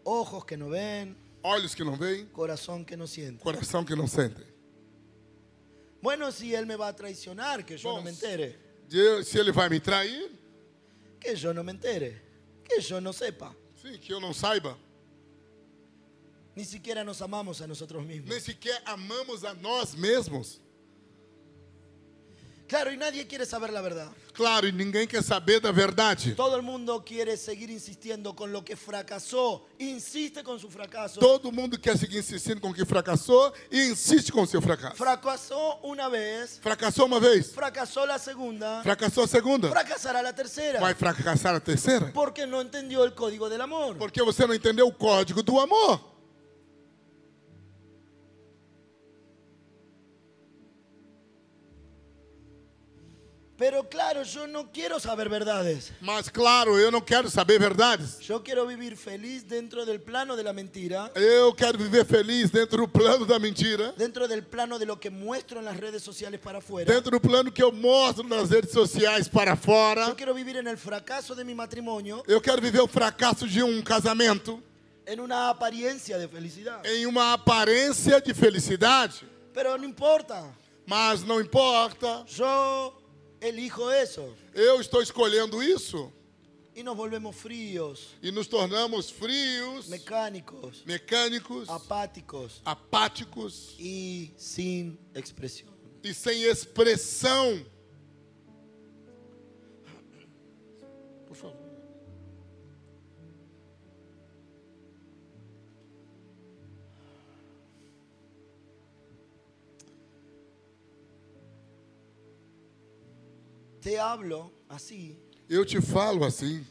A: ojos que no ven,
C: olhos que não veem,
A: corazón que no siente.
C: coração que não sentem.
A: Bueno, si él me va a traicionar, que yo no
C: Vos.
A: me entere.
C: De- Se ele vai me trair,
A: Que yo no me entere. Que yo no sepa.
C: sim, que eu não saiba.
A: Ni siquiera nos amamos a nosotros mismos.
C: Nem sequer amamos a nós mesmos.
A: Claro, y nadie quiere saber la verdad.
C: Claro, e ninguém quer saber da verdade.
A: Todo el mundo quiere seguir insistiendo con lo que fracasó. Insiste con su fracaso.
C: Todo mundo quer seguir insistindo com o que fracassou e insiste com o seu fracasso.
A: Fracasó una vez,
C: Fracassou uma vez,
A: fracasó la segunda,
C: fracassou a segunda,
A: fracasará la tercera.
C: vai fracassar a terceira.
A: Porque no entendió el código del amor.
C: Porque você não entendeu o código do amor.
A: Pero claro, yo no quiero saber verdades.
C: Mas claro, eu não quero saber verdades.
A: Yo quiero vivir feliz dentro del plano de la mentira,
C: Eu quero viver feliz dentro do plano da mentira,
A: dentro del plano de lo que muestro en las redes sociales para afuera.
C: dentro do plano que eu mostro nas redes sociais para
A: Yo
C: fora.
A: quiero vivir en el fracaso de mi matrimonio,
C: Eu quero viver o fracasso de um casamento
A: en una apariencia de felicidad.
C: em uma aparência de felicidade.
A: Pero no importa,
C: Mas não importa,
A: yo elijo eso.
C: eu estou escolhendo isso
A: Y nos volvemos fríos,
C: e nos tornamos frios,
A: mecánicos,
C: mecânicos,
A: apáticos
C: apáticos
A: y sin expresión.
C: e sem expressão. Por favor.
A: Te hablo así
C: Eu te falo assim,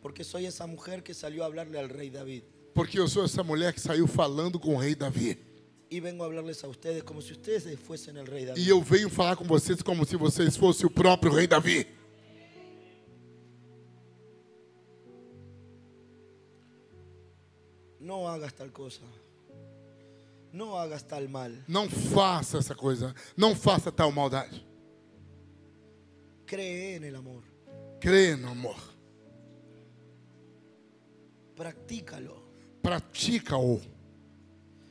A: porque soy esa mujer que salió a hablarle al rey David.
C: porque eu sou essa mulher que saiu falando com o rei Davi.
A: Y vengo a hablarles a ustedes como si ustedes fuesen el rey David.
C: E eu venho falar com vocês como se vocês fossem o próprio rei Davi.
A: No hagas tal cosa. No hagas tal mal.
C: Não faça essa coisa, não faça tal maldade.
A: Cree en el amor.
C: Crê no amor,
A: Practícalo.
C: pratica-o.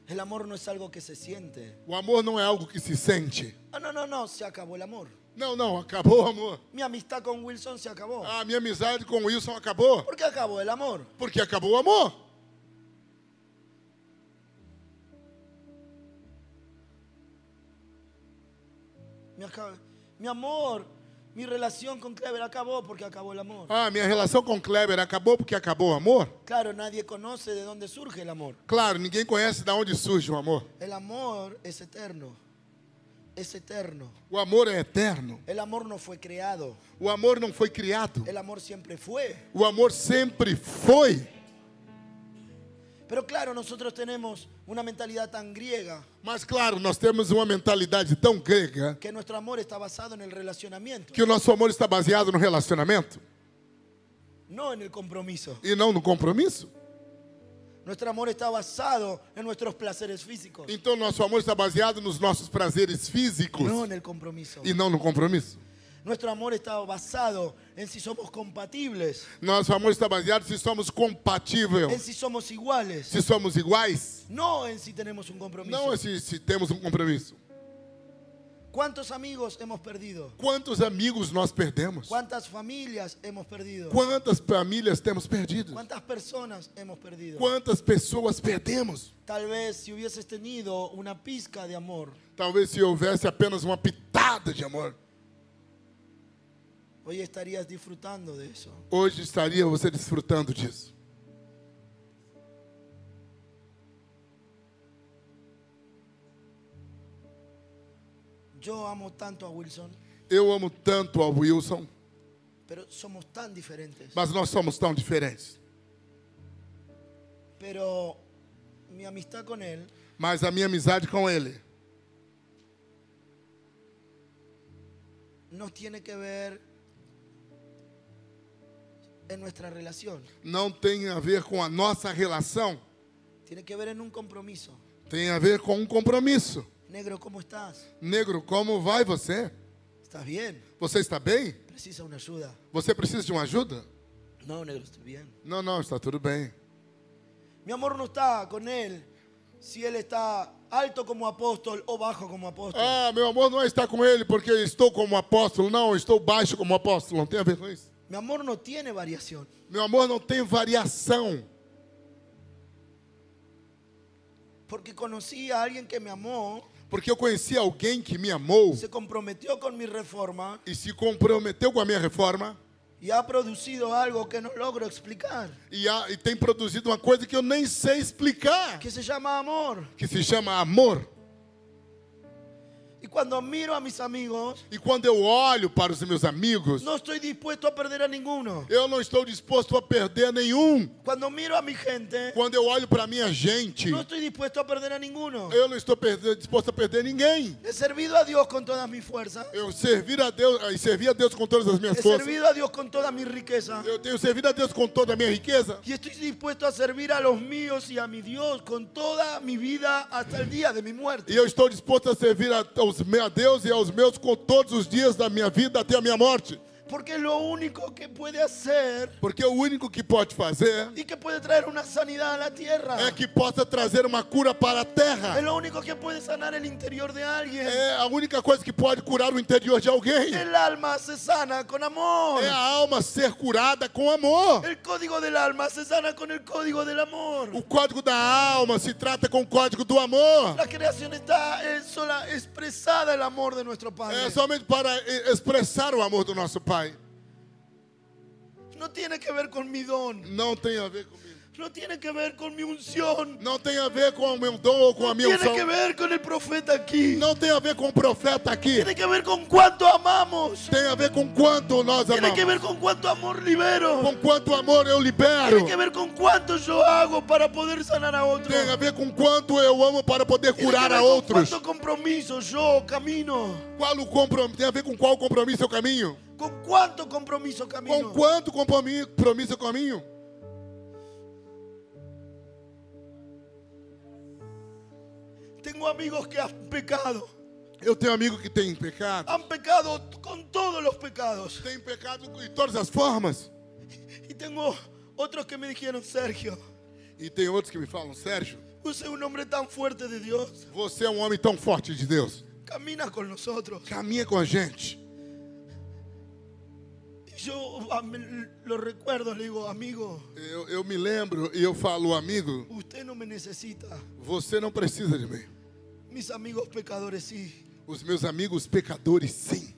A: El amor no es algo que se siente.
C: O amor não é algo que se sente.
A: Ah, no, no, no, se acabó el amor.
C: Não, não, acabou o amor.
A: Mi amistad con Wilson se acabó.
C: A minha amizade com o Wilson acabou,
A: ¿Por qué acabó el amor?
C: porque acabou o amor.
A: Mi, aca- mi amor, mi relación con Clever acabó porque acabou el amor.
C: Ah, minha relação com o Kleber acabou porque acabou o amor.
A: Claro, nadie conoce de dónde surge el amor.
C: Claro, ninguém conhece de onde surge o amor.
A: El amor es eterno. Es eterno.
C: O amor é eterno.
A: El amor no fue creado.
C: O amor não foi criado.
A: El amor siempre fue.
C: O amor sempre foi.
A: Pero claro, nosotros tenemos una mentalidad tan griega
C: Mas claro, nós temos uma mentalidade tão grega
A: que nuestro amor está basado en el relacionamiento,
C: que o nosso amor está baseado no relacionamento
A: no en el compromiso.
C: e não no compromisso.
A: Nuestro amor está basado en nuestros placeres físicos,
C: Então nosso amor está baseado nos nossos prazeres físicos
A: no en el compromiso.
C: e não no compromisso.
A: Nuestro amor está basado en si somos compatibles,
C: Nosso amor está baseado se somos
A: en
C: compatíveis,
A: si somos iguales,
C: se somos iguais,
A: no en si tenemos un
C: não
A: compromiso.
C: é se, se temos um compromisso.
A: ¿Cuántos amigos hemos perdido?
C: Quantos amigos nós perdemos?
A: ¿Cuántas familias hemos perdido?
C: Quantas famílias temos perdido?
A: ¿Cuántas personas hemos perdido?
C: Quantas pessoas perdemos?
A: Tal vez si hubieses tenido una pizca de amor,
C: Talvez se houvesse apenas uma pitada de amor,
A: hoy estarías disfrutando de eso.
C: hoje estaria você desfrutando disso.
A: Yo amo tanto a Wilson,
C: Eu amo tanto ao Wilson,
A: pero somos tan diferentes.
C: mas nós somos tão diferentes.
A: Pero mi amistad con él
C: Mas a minha amizade com ele
A: no tiene que ver en nuestra relación,
C: não tem a ver com a nossa relação,
A: tiene que ver en un compromiso.
C: tem a ver com um compromisso.
A: Negro, ¿cómo estás?
C: Negro, como vai você?
A: ¿Estás bien?
C: Você está bem?
A: ¿Precisa una ayuda?
C: Você precisa de uma ajuda?
A: No, negro, estoy bien.
C: Não, não, está tudo bem.
A: Mi amor no está con él si él está alto como apóstol o bajo como apóstol.
C: Ah, meu amor não está com ele porque eu estou como apóstolo, não, eu estou baixo como apóstolo, não tem a ver com isso.
A: Mi amor no tiene variación.
C: Meu amor não tem variação,
A: Porque conocí a alguien que me amó,
C: porque eu conheci alguém que me amou
A: se comprometió con mi reforma
C: e se comprometeu com a minha reforma
A: y ha producido algo que no logro explicar,
C: e, a- e tem produzido uma coisa que eu nem sei explicar,
A: que se llama amor.
C: que se chama amor.
A: Y cuando miro a mis amigos,
C: E quando eu olho para os meus amigos,
A: no estoy dispuesto a perder a ninguno.
C: eu não estou disposto a perder nenhum.
A: Cuando miro a mi gente,
C: Quando eu olho para a minha gente,
A: no estoy dispuesto a perder a ninguno.
C: eu não estou perde- disposto a perder ninguém.
A: He servido a Dios con todas mis fuerzas.
C: Eu servir a Deus e servi a Deus com todas as minhas
A: He
C: forças.
A: servido a Dios con toda mi riqueza.
C: Eu tenho servido a Deus com toda a minha riqueza.
A: Y estoy dispuesto a servir a los míos y a mi Dios con toda mi vida hasta el día de mi
C: E
A: muerte.
C: eu estou disposto a servir a, aos, me- a Deus e aos meus com todos os dias da minha vida até a minha morte.
A: Porque es lo único que puede hacer
C: Porque o único que pode fazer
A: y que puede traer una sanidad a la tierra.
C: é que possa trazer uma cura para a terra.
A: Es lo único que puede sanar el interior de alguien.
C: É a única coisa que pode curar o interior de alguém.
A: El alma se sana con amor.
C: É a alma ser curada com amor.
A: El código del alma se sana con el código del amor.
C: O código da alma se trata com o código do amor.
A: La creación está eh, sola expresada el amor de nuestro Padre.
C: É somente para e- expressar o amor do nosso Pai.
A: No tiene que ver con mi don.
C: Não tem a ver comigo.
A: No tiene que ver con mi unción.
C: Não tem a ver com o meu dom ou com a
A: No
C: minha
A: tiene
C: unção.
A: que ver con el profeta aquí.
C: Não tem a ver com o profeta aqui.
A: Tiene que ver con cuánto amamos.
C: Tem a ver com quanto nós
A: Tiene
C: amamos.
A: que ver con cuánto amor libero.
C: Com quanto amor eu libero.
A: Tiene que ver con cuánto yo hago para poder sanar a otros.
C: Tem a ver com quanto eu amo para poder
A: Tiene que
C: curar
A: ver
C: a
A: con
C: outros.
A: Cuánto compromiso yo camino.
C: Qual o compromisso? Tem a ver com qual compromisso eu caminho?
A: Con cuánto compromiso camino.
C: Com quanto compromi- compromisso eu caminho?
A: Tengo amigos que han pecado.
C: Eu tenho amigo que tem pecado.
A: Han pecado con todos los pecados.
C: Tem pecado de todas as formas.
A: Y tengo otros que me dijeron, Sergio,
C: E tem outros que me falam, Sérgio,
A: vos sos un hombre tan fuerte de Dios,
C: você é um homem tão forte de Deus.
A: camina con nosotros.
C: Caminha com a gente.
A: Y yo a- me- lo recuerdo, le digo, amigo,
C: Eu, eu me lembro e eu falo, amigo,
A: usted no me necesita,
C: você não precisa de mim.
A: mis amigos pecadores sí.
C: Os meus amigos pecadores, sim.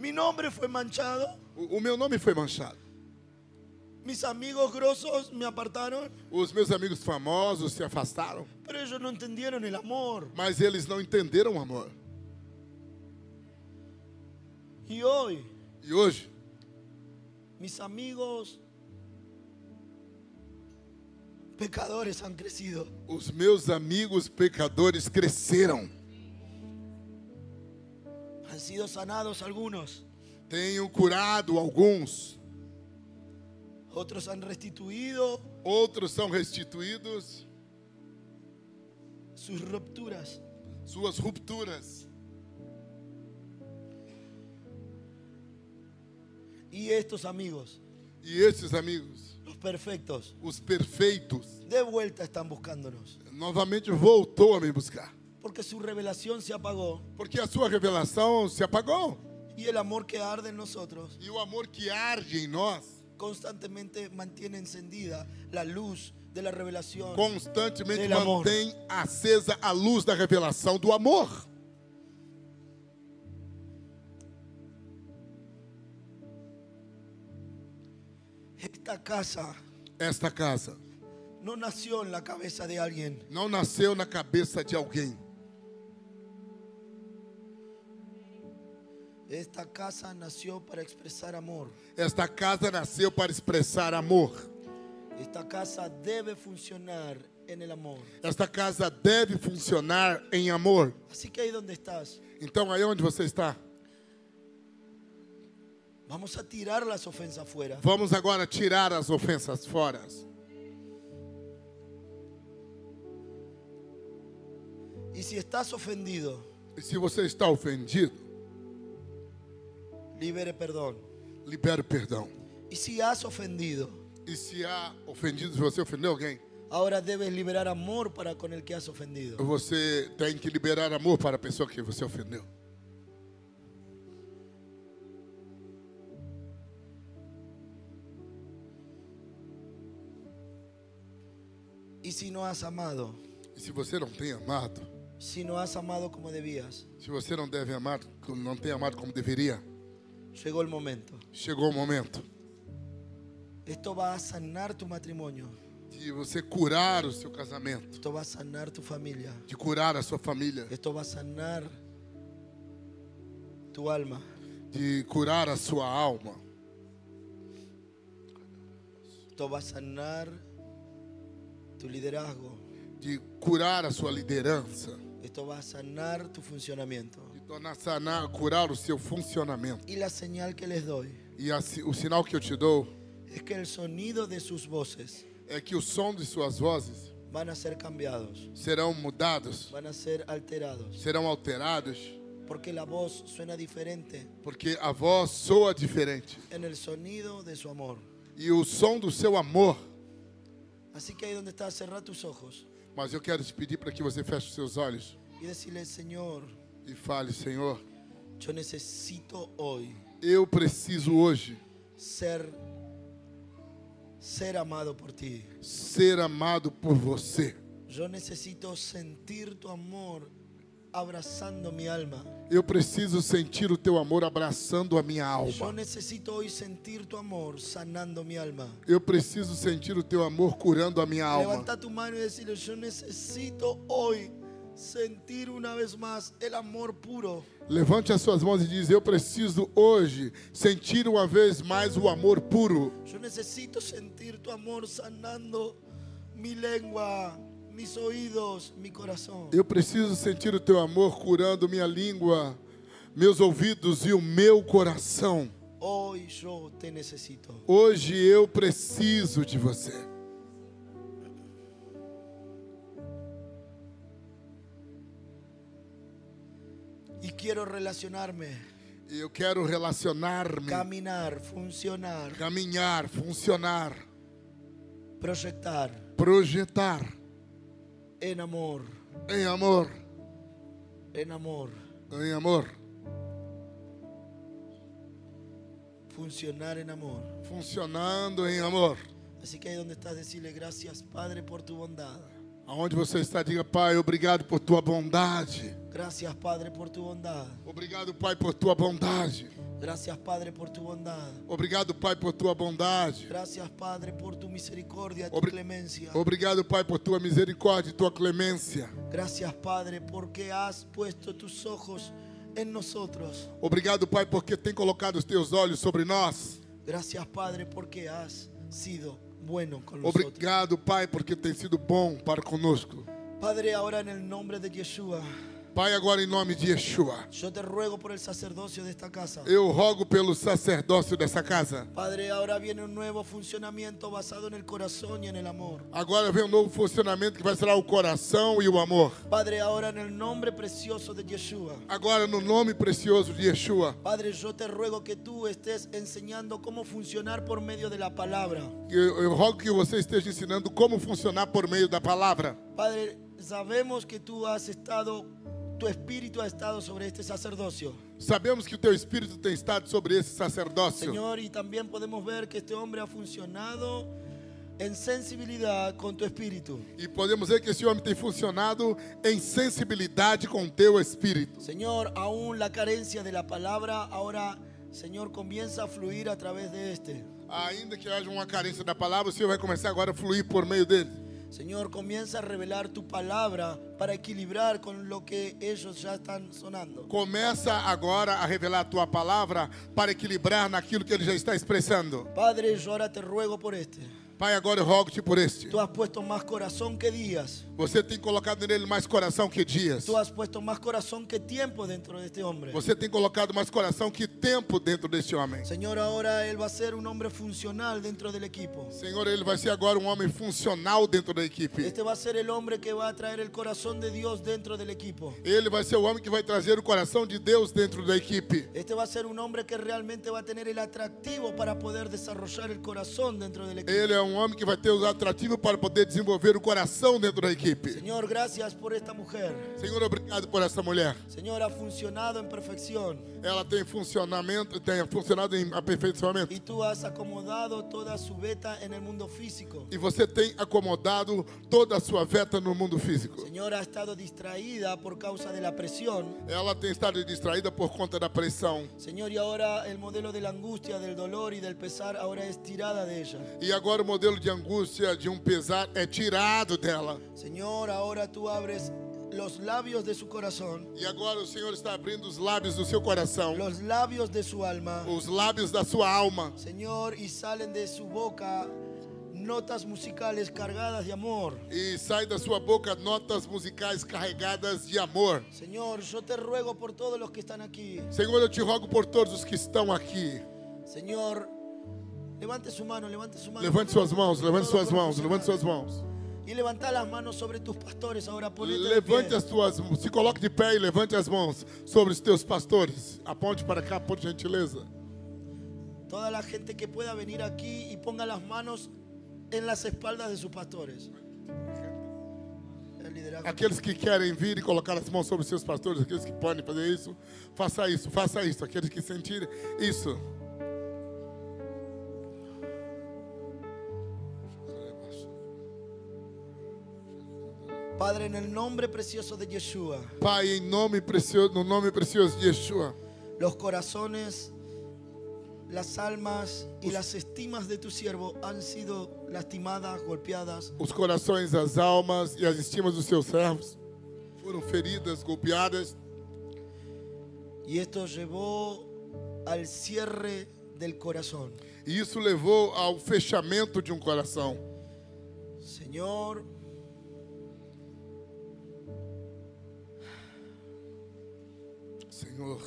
A: Mi nombre fue manchado,
C: O, o meu nome foi manchado.
A: mis amigos grosos me apartaron,
C: Os meus amigos famosos se afastaram,
A: pero ellos no entendieron el amor.
C: mas eles não entenderam o amor.
A: Y hoy
C: E hoje,
A: mis amigos pecadores han crecido.
C: os meus amigos pecadores cresceram.
A: Han sido sanados algunos,
C: Tenho curado alguns,
A: otros han restituido
C: outros são restituídos,
A: sus rupturas.
C: suas rupturas.
A: Y estos amigos,
C: E estes amigos,
A: los perfectos,
C: os perfeitos,
A: de vuelta están buscándonos.
C: novamente voltou a me buscar.
A: Porque su revelación se apagó
C: Porque a sua revelação se apagou.
A: y el amor que arde en nosotros
C: E o amor que arde em nós
A: constantemente mantiene encendida la luz de la revelación.
C: constantemente
A: Ele é amor.
C: mantém acesa a luz da revelação do amor.
A: Esta casa
C: Esta casa
A: no nació en la cabeza de alguien,
C: não nasceu na cabeça de alguém.
A: esta casa nació para expresar amor.
C: Esta casa nasceu para expressar amor.
A: Esta casa debe funcionar en el amor.
C: Esta casa deve funcionar em amor.
A: Así que ahí donde estás,
C: Então, aí onde você está,
A: vamos a tirar las ofensas fuera.
C: vamos agora tirar as ofensas fora.
A: Y si estás ofendido,
C: E se você está ofendido,
A: libere perdón.
C: libere perdão.
A: Y si has ofendido,
C: E se há ofendido, se você ofendeu alguém,
A: ahora debes liberar amor para con el que has ofendido.
C: você tem que liberar amor para a pessoa que você ofendeu.
A: Y si no has amado,
C: E se você não tem amado,
A: si no has amado como debías,
C: se você não deve amar, não tem amado como deveria,
A: llegó el momento.
C: chegou o momento
A: Esto va a sanar tu matrimonio.
C: de você curar o seu casamento,
A: Esto va a sanar tu familia.
C: de curar a sua família,
A: Esto va a sanar tu alma.
C: de curar a sua alma,
A: Esto va a sanar tu liderazgo.
C: de curar a sua liderança,
A: Esto va a sanar tu funcionamiento.
C: de tornar sanar, curar o seu funcionamento.
A: Y la señal que les doy
C: E a si- o sinal que eu te dou
A: es que el sonido de sus voces
C: é que o som de suas vozes
A: van a ser cambiados,
C: serão mudados,
A: van a ser alterados,
C: serão alterados,
A: porque la voz suena diferente
C: porque a voz soa diferente.
A: en el sonido de su amor.
C: E o som do seu amor.
A: Así que ahí donde estás, cerrá tus ojos
C: Mas eu quero te pedir para que você feche os seus olhos
A: y decirle, Señor,
C: e fale, Senhor,
A: yo necesito hoy
C: eu preciso hoje
A: ser ser amado por ti.
C: ser amado por você.
A: Yo necesito sentir tu amor abrazando mi alma.
C: Eu preciso sentir o teu amor abraçando a minha
A: Yo
C: alma.
A: necesito hoy sentir tu amor sanando mi alma.
C: Eu preciso sentir o teu amor curando a minha alma.
A: Levanta tu mano y decirle, yo necesito hoy sentir una vez más el amor puro.
C: Levante as suas mãos e diz: Eu preciso hoje sentir uma vez mais o amor puro.
A: Yo necesito sentir tu amor sanando mi lengua, mis oídos, mi corazón.
C: Eu preciso sentir o teu amor curando minha língua, meus ouvidos e o meu coração.
A: Hoy yo te necesito.
C: Hoje eu preciso de você.
A: Y quiero relacionarme,
C: E Eu quero relacionar-me,
A: caminar, funcionar,
C: caminhar, funcionar,
A: proyectar
C: projetar
A: en amor,
C: em amor,
A: en amor,
C: em amor,
A: funcionar en amor.
C: funcionando em amor.
A: Así que ahí donde estás, decirle gracias Padre por tu bondad.
C: Aonde você está, diga, Pai, obrigado por tua bondade.
A: Gracias Padre por tu bondad.
C: Obrigado, Pai, por tua bondade.
A: Gracias Padre por tu bondad.
C: Obrigado, Pai, por tua bondade.
A: Gracias Padre por tu misericordia, tu
C: Obri-
A: clemencia.
C: Obrigado, Pai, por tua misericórdia e tua clemência.
A: Gracias Padre porque has puesto tus ojos en nosotros.
C: Obrigado, Pai, porque tem colocado os teus olhos sobre nós.
A: Gracias Padre porque has sido bueno con nosotros.
C: Obrigado, Pai, porque tem sido bom para conosco.
A: Padre, ahora en el nombre de Yeshua,
C: Pai, agora em nome de Yeshua,
A: Yo te ruego por el sacerdocio de esta casa.
C: eu rogo pelo sacerdócio dessa casa.
A: Padre, ahora viene un nuevo funcionamiento basado en el corazón y en el amor.
C: Agora vem um novo funcionamento que vai ser o coração e o amor.
A: Padre, ahora en el nombre precioso de Yeshua.
C: Agora, no nome precioso de Yeshua,
A: Padre, yo te ruego que tú estés enseñando cómo funcionar por medio de la palabra.
C: eu, eu rogo que você esteja ensinando como funcionar por meio da palavra.
A: Padre, sabemos que tú has estado, tu espíritu ha estado sobre este sacerdocio.
C: Sabemos que o teu espírito tem estado sobre esse sacerdócio.
A: Señor, y también podemos ver que este hombre ha funcionado en sensibilidad con tu espíritu.
C: E podemos ver que esse homem tem funcionado em sensibilidade com o teu espírito.
A: Señor, aún la carencia de la palabra ahora, Señor, comienza a fluir a través de este.
C: Ainda que haja uma carência da palavra, o Senhor vai começar agora a fluir por meio dele.
A: Señor, comienza a revelar tu palabra para equilibrar con lo que ellos ya están sonando.
C: Começa agora a revelar a tua palavra para equilibrar naquilo que ele já está expressando.
A: Padre, yo ahora te ruego por este.
C: Pai, agora eu rogo-te por este.
A: Tú has puesto más corazón que días.
C: Você tem colocado nele mais coração que dias.
A: Tú has puesto más corazón que tiempo dentro de este hombre.
C: Você tem colocado mais coração que tempo dentro deste homem.
A: Señor, ahora él va a ser un hombre funcional dentro del equipo.
C: Senhor, ele vai ser agora um homem funcional dentro da equipe.
A: Este va a ser el hombre que va a traer el corazón de Dios dentro del equipo.
C: Ele vai ser o homem que vai trazer o coração de Deus dentro da equipe.
A: Este va a ser un hombre que realmente va a tener el atractivo para poder desarrollar el corazón dentro del equipo.
C: Ele é um homem que vai ter os atrativos para poder desenvolver o coração dentro da equipe.
A: Señor, gracias por esta mujer.
C: Senhor, obrigado por essa mulher.
A: Señor, ha funcionado en perfección
C: Ela tem funcionamento, tem funcionado em aperfeiçoamento.
A: y tú has acomodado toda su beta en el mundo físico.
C: E você tem acomodado toda a sua veta no mundo físico.
A: Señor, ha estado distraída por causa de la presión.
C: Ela tem estado distraída por conta da pressão.
A: Señor, y ahora el modelo de la angustia, del dolor y del pesar ahora es tirada de ella.
C: E agora o modelo de angústia, de um pesar, é tirado dela.
A: Señor, ahora tú abres los labios de su corazón,
C: E agora o Senhor está abrindo os lábios do seu coração,
A: los labios de su alma.
C: os lábios da sua alma.
A: Señor, y salen de su boca notas musicales cargadas de amor.
C: E sai da sua boca notas musicais carregadas de amor.
A: Señor, yo te ruego por todos los que están aquí.
C: Senhor, eu te rogo por todos os que estão aqui.
A: Señor, levante su mano, levante su mano.
C: Levante suas mãos, levante suas mãos, levante suas mãos.
A: Y levanta las manos sobre tus pastores ahora. Ponete de
C: Levante
A: pie.
C: as tuas mãos, se coloque de pé e levante as mãos sobre os teus pastores. Aponte para cá, por gentileza.
A: Toda la gente que pueda venir aquí y ponga las manos en las espaldas de sus pastores. El liderazgo.
C: Aqueles que querem vir e colocar as mãos sobre os seus pastores, aqueles que podem fazer isso, faça isso, faça isso. Aqueles que sentirem isso.
A: Padre, en el nombre precioso de Yeshua,
C: Pai, em nome precioso, no nome precioso de Yeshua,
A: los corazones, las almas y las estimas de tu siervo han sido lastimadas, golpeadas.
C: os corações, as almas e as estimas dos seus servos foram feridas, golpeadas,
A: Y esto llevó al cierre del corazón.
C: e isso levou ao fechamento de um coração.
A: Señor,
C: Senhor,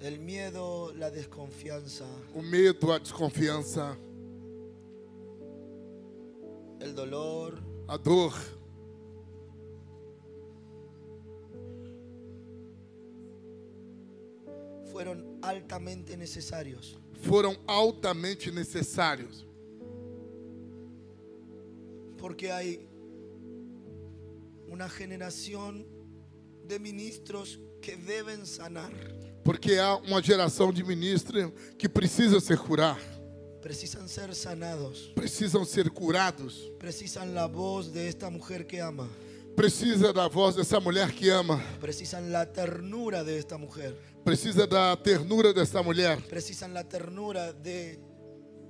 A: el miedo, la desconfianza,
C: o medo, a desconfiança,
A: el dolor,
C: a dor,
A: fueron altamente necesarios.
C: foram altamente necessários,
A: Porque hay una generación de ministros que deben sanar,
C: porque há uma geração de ministros que precisa se curar,
A: precisan ser sanados,
C: precisam ser curados,
A: precisan la voz de esta mujer que ama,
C: precisa da voz dessa mulher que ama,
A: precisan la ternura de esta mujer,
C: precisa da ternura dessa mulher.
A: precisan la ternura de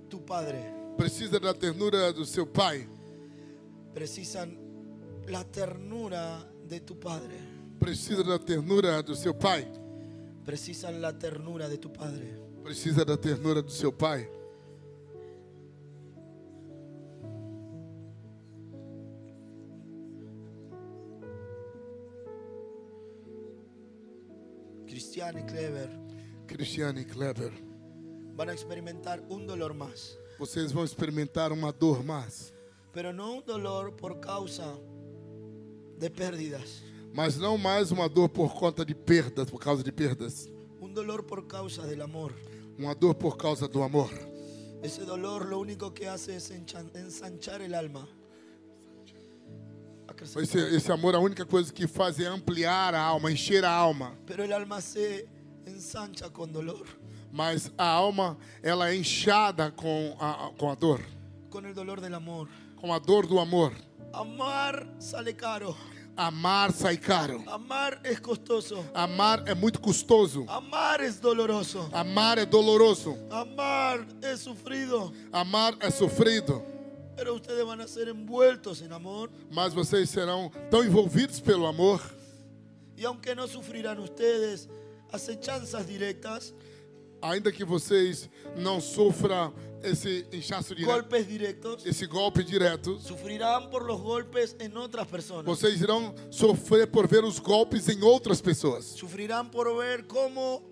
A: tu padre,
C: precisa da ternura do seu pai,
A: precisan la ternura de tu padre,
C: precisa da ternura do seu pai,
A: precisan la ternura de tu padre.
C: precisa da ternura do seu pai.
A: Cristian y Clever
C: Cristiane e Kleber,
A: van a experimentar un dolor más,
C: vocês vão experimentar uma dor mais,
A: pero no un dolor por causa de pérdidas,
C: mas não mais uma dor por conta de perdas, por causa de perdas,
A: un dolor por causa del amor.
C: uma dor por causa do amor.
A: Ese dolor lo único que hace es enchan- ensanchar el alma. Acrecentar.
C: Esse, esse amor, a única coisa que faz é ampliar a alma, encher a alma.
A: Pero el alma se ensancha con dolor,
C: Mas a alma, ela é inchada com a, com a dor,
A: con el dolor del amor.
C: com a dor do amor.
A: Amar sale caro,
C: Amar sai caro.
A: amar es costoso,
C: Amar é muito custoso.
A: amar es doloroso,
C: Amar é doloroso.
A: amar es sufrido.
C: Amar é sofrido.
A: Pero ustedes van a ser envueltos en amor
C: Mas vocês serão tão envolvidos pelo amor.
A: y aunque no sufrirán ustedes acechanzas directas,
C: Ainda que vocês não sofram esse inchaço direto,
A: golpes directos,
C: esse golpe direto,
A: sufrirán por los golpes en otras personas.
C: vocês irão sofrer por ver os golpes em outras pessoas.
A: Sufrirán por ver cómo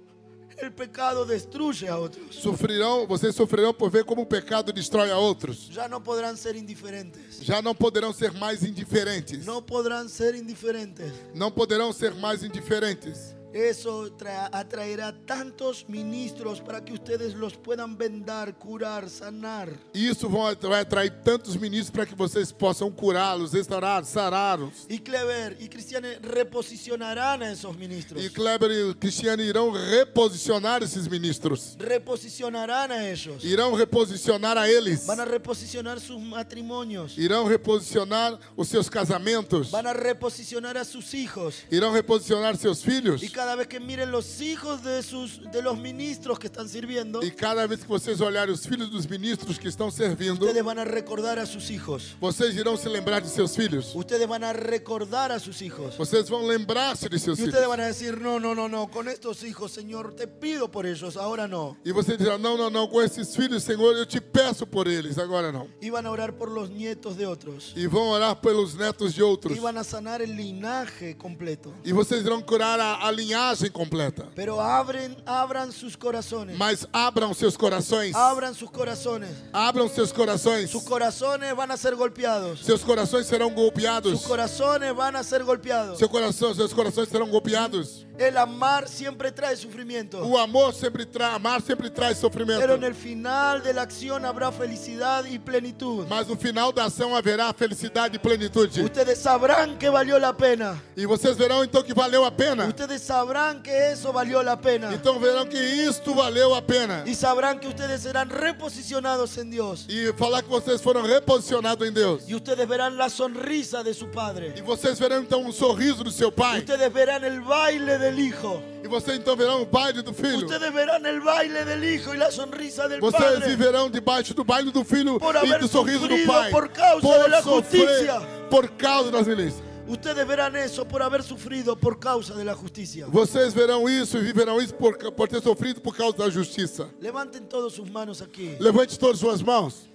A: el pecado destruye a otros.
C: Sofrirão, vocês sofrerão por ver como o pecado destrói a outros.
A: Ya no podrán ser indiferentes.
C: Já não poderão ser mais indiferentes.
A: No podrán ser indiferentes.
C: Não poderão ser mais indiferentes.
A: Eso tra- atraerá tantos ministros para que ustedes los puedan vendar, curar, sanar.
C: Isso vão atra- vai atrair tantos ministros para que vocês possam curá-los, restaurar, sará-los.
A: Y Clever y Cristiane reposicionarán a esos ministros.
C: E Kleber e Cristiano irão reposicionar esses ministros.
A: reposicionarán a ellos.
C: Irão reposicionar a eles.
A: Van a reposicionar sus matrimonios.
C: Irão reposicionar os seus casamentos.
A: Van a reposicionar a sus hijos.
C: Irão reposicionar seus filhos.
A: Y cada vez que miren los hijos de, sus, de los ministros que están sirviendo,
C: E cada vez que vocês olharem os filhos dos ministros que estão servindo,
A: ustedes van a recordar a sus hijos.
C: vocês irão se lembrar de seus filhos.
A: Ustedes van a recordar a sus hijos.
C: Vocês vão lembrar-se de seus
A: Y ustedes
C: filhos.
A: van a decir, no, no, no, no, con estos hijos, Señor, te pido por ellos, ahora no.
C: E vocês dirão: não, não, não, com esses filhos, Senhor, eu te peço por eles, agora não.
A: Y van a orar por los nietos de otros.
C: E vão orar pelos netos de outros.
A: Y van a sanar el linaje completo.
C: E vocês irão curar a, a linhagem completa.
A: Pero abren, abran sus corazones.
C: Mas abram seus corações.
A: Abran sus corazones.
C: Abram seus corações.
A: Sus corazones van a ser golpeados.
C: Seus corações serão golpeados.
A: Sus corazones van a ser golpeados.
C: Seu coração, seus corações serão golpeados.
A: El amar siempre trae sufrimiento.
C: O amor sempre traz, amar sempre traz sofrimento.
A: Pero en el final de la acción habrá felicidad y plenitud.
C: Mas no final da ação haverá felicidade e plenitude.
A: Ustedes sabrán que valió la pena.
C: E vocês verão então que valeu a pena.
A: Ustedes sabrán que eso valió la pena.
C: Então verão que isto valeu a pena.
A: Y sabrán que ustedes serán reposicionados en Dios.
C: E falar que vocês foram reposicionados em Deus.
A: Y ustedes verán la sonrisa de su
C: E
A: Padre.
C: vocês verão então um sorriso do seu pai.
A: Ustedes verán el baile del Hijo.
C: E vocês então verão o baile do filho.
A: Ustedes verán el baile del Hijo y la sonrisa del
C: Vocês
A: Então, Padre.
C: viverão debaixo do baile do filho
A: Por
C: e
A: haber
C: do sorriso do
A: sofrido
C: pai.
A: por causa
C: por
A: de la
C: sofrer
A: justicia.
C: Por causa das leis.
A: Ustedes verán eso por haber sufrido por causa de la justicia.
C: Vocês verão isso e viverão isso por, por ter sofrido por causa da justiça.
A: Levanten todas sus manos aquí
C: Levante todas as suas mãos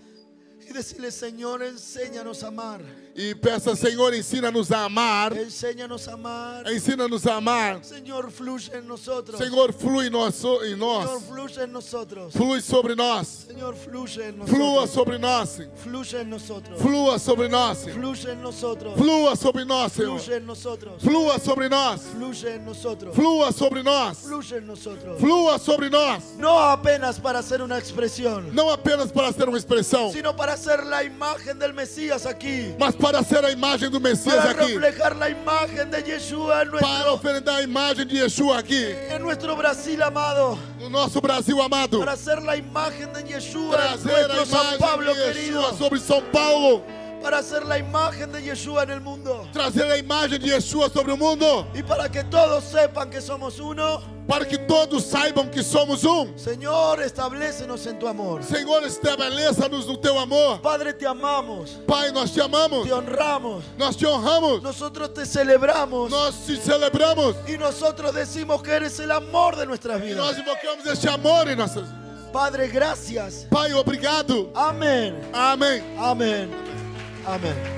A: y decirle, Señor, enséñanos a amar.
C: e peça, Senhor, ensina-nos a amar.
A: Enséñanos a amar.
C: Ensina-nos a amar.
A: Señor, fluye en nosotros.
C: Senhor, flui em nós, em
A: Señor,
C: nós.
A: fluye en nosotros.
C: Flui sobre nós.
A: Señor, fluye en
C: Flua
A: nosotros.
C: sobre nós, Senhor.
A: Fluye en nosotros.
C: Flua sobre nós, Senhor.
A: Fluye en nosotros.
C: Flua sobre nós, Senhor.
A: Fluye en nosotros.
C: Flua sobre nós.
A: Fluye en nosotros.
C: Flua sobre nós.
A: Fluye en nosotros.
C: Flua sobre nós.
A: No apenas para hacer una expresión,
C: Não apenas para ser uma expressão,
A: sino para hacer la imagen del Mesías aquí.
C: mas para ser a imagem do Messias
A: Para
C: aqui.
A: reflejar la imagen de Yeshua en
C: Para
A: nuestro,
C: ofertar a imagem de Yeshua aqui.
A: en nuestro Brasil amado.
C: No nosso Brasil amado.
A: Para um hacer la imagen de Yeshua en
C: Trazer a
A: nuestro San
C: imagem
A: Pablo
C: de Yeshua
A: querido.
C: sobre São Paulo.
A: para hacer la imagen de Yeshua en el mundo.
C: Trazer a imagem de Yeshua sobre o mundo.
A: Y para que todos sepan que somos uno,
C: Para que todos saibam que somos um.
A: Señor, establecenos en tu amor.
C: Senhor, estabeleça-nos no teu amor.
A: Padre, te amamos,
C: Pai, nós te amamos.
A: te honramos,
C: Nós te honramos.
A: nosotros te celebramos
C: Nós te celebramos.
A: y nosotros decimos que eres el amor de nuestras
C: E nós
A: vidas.
C: invocamos este amor em nossas vidas.
A: Padre, gracias.
C: Pai, obrigado.
A: Amén.
C: Amém.
A: Amén. Amén.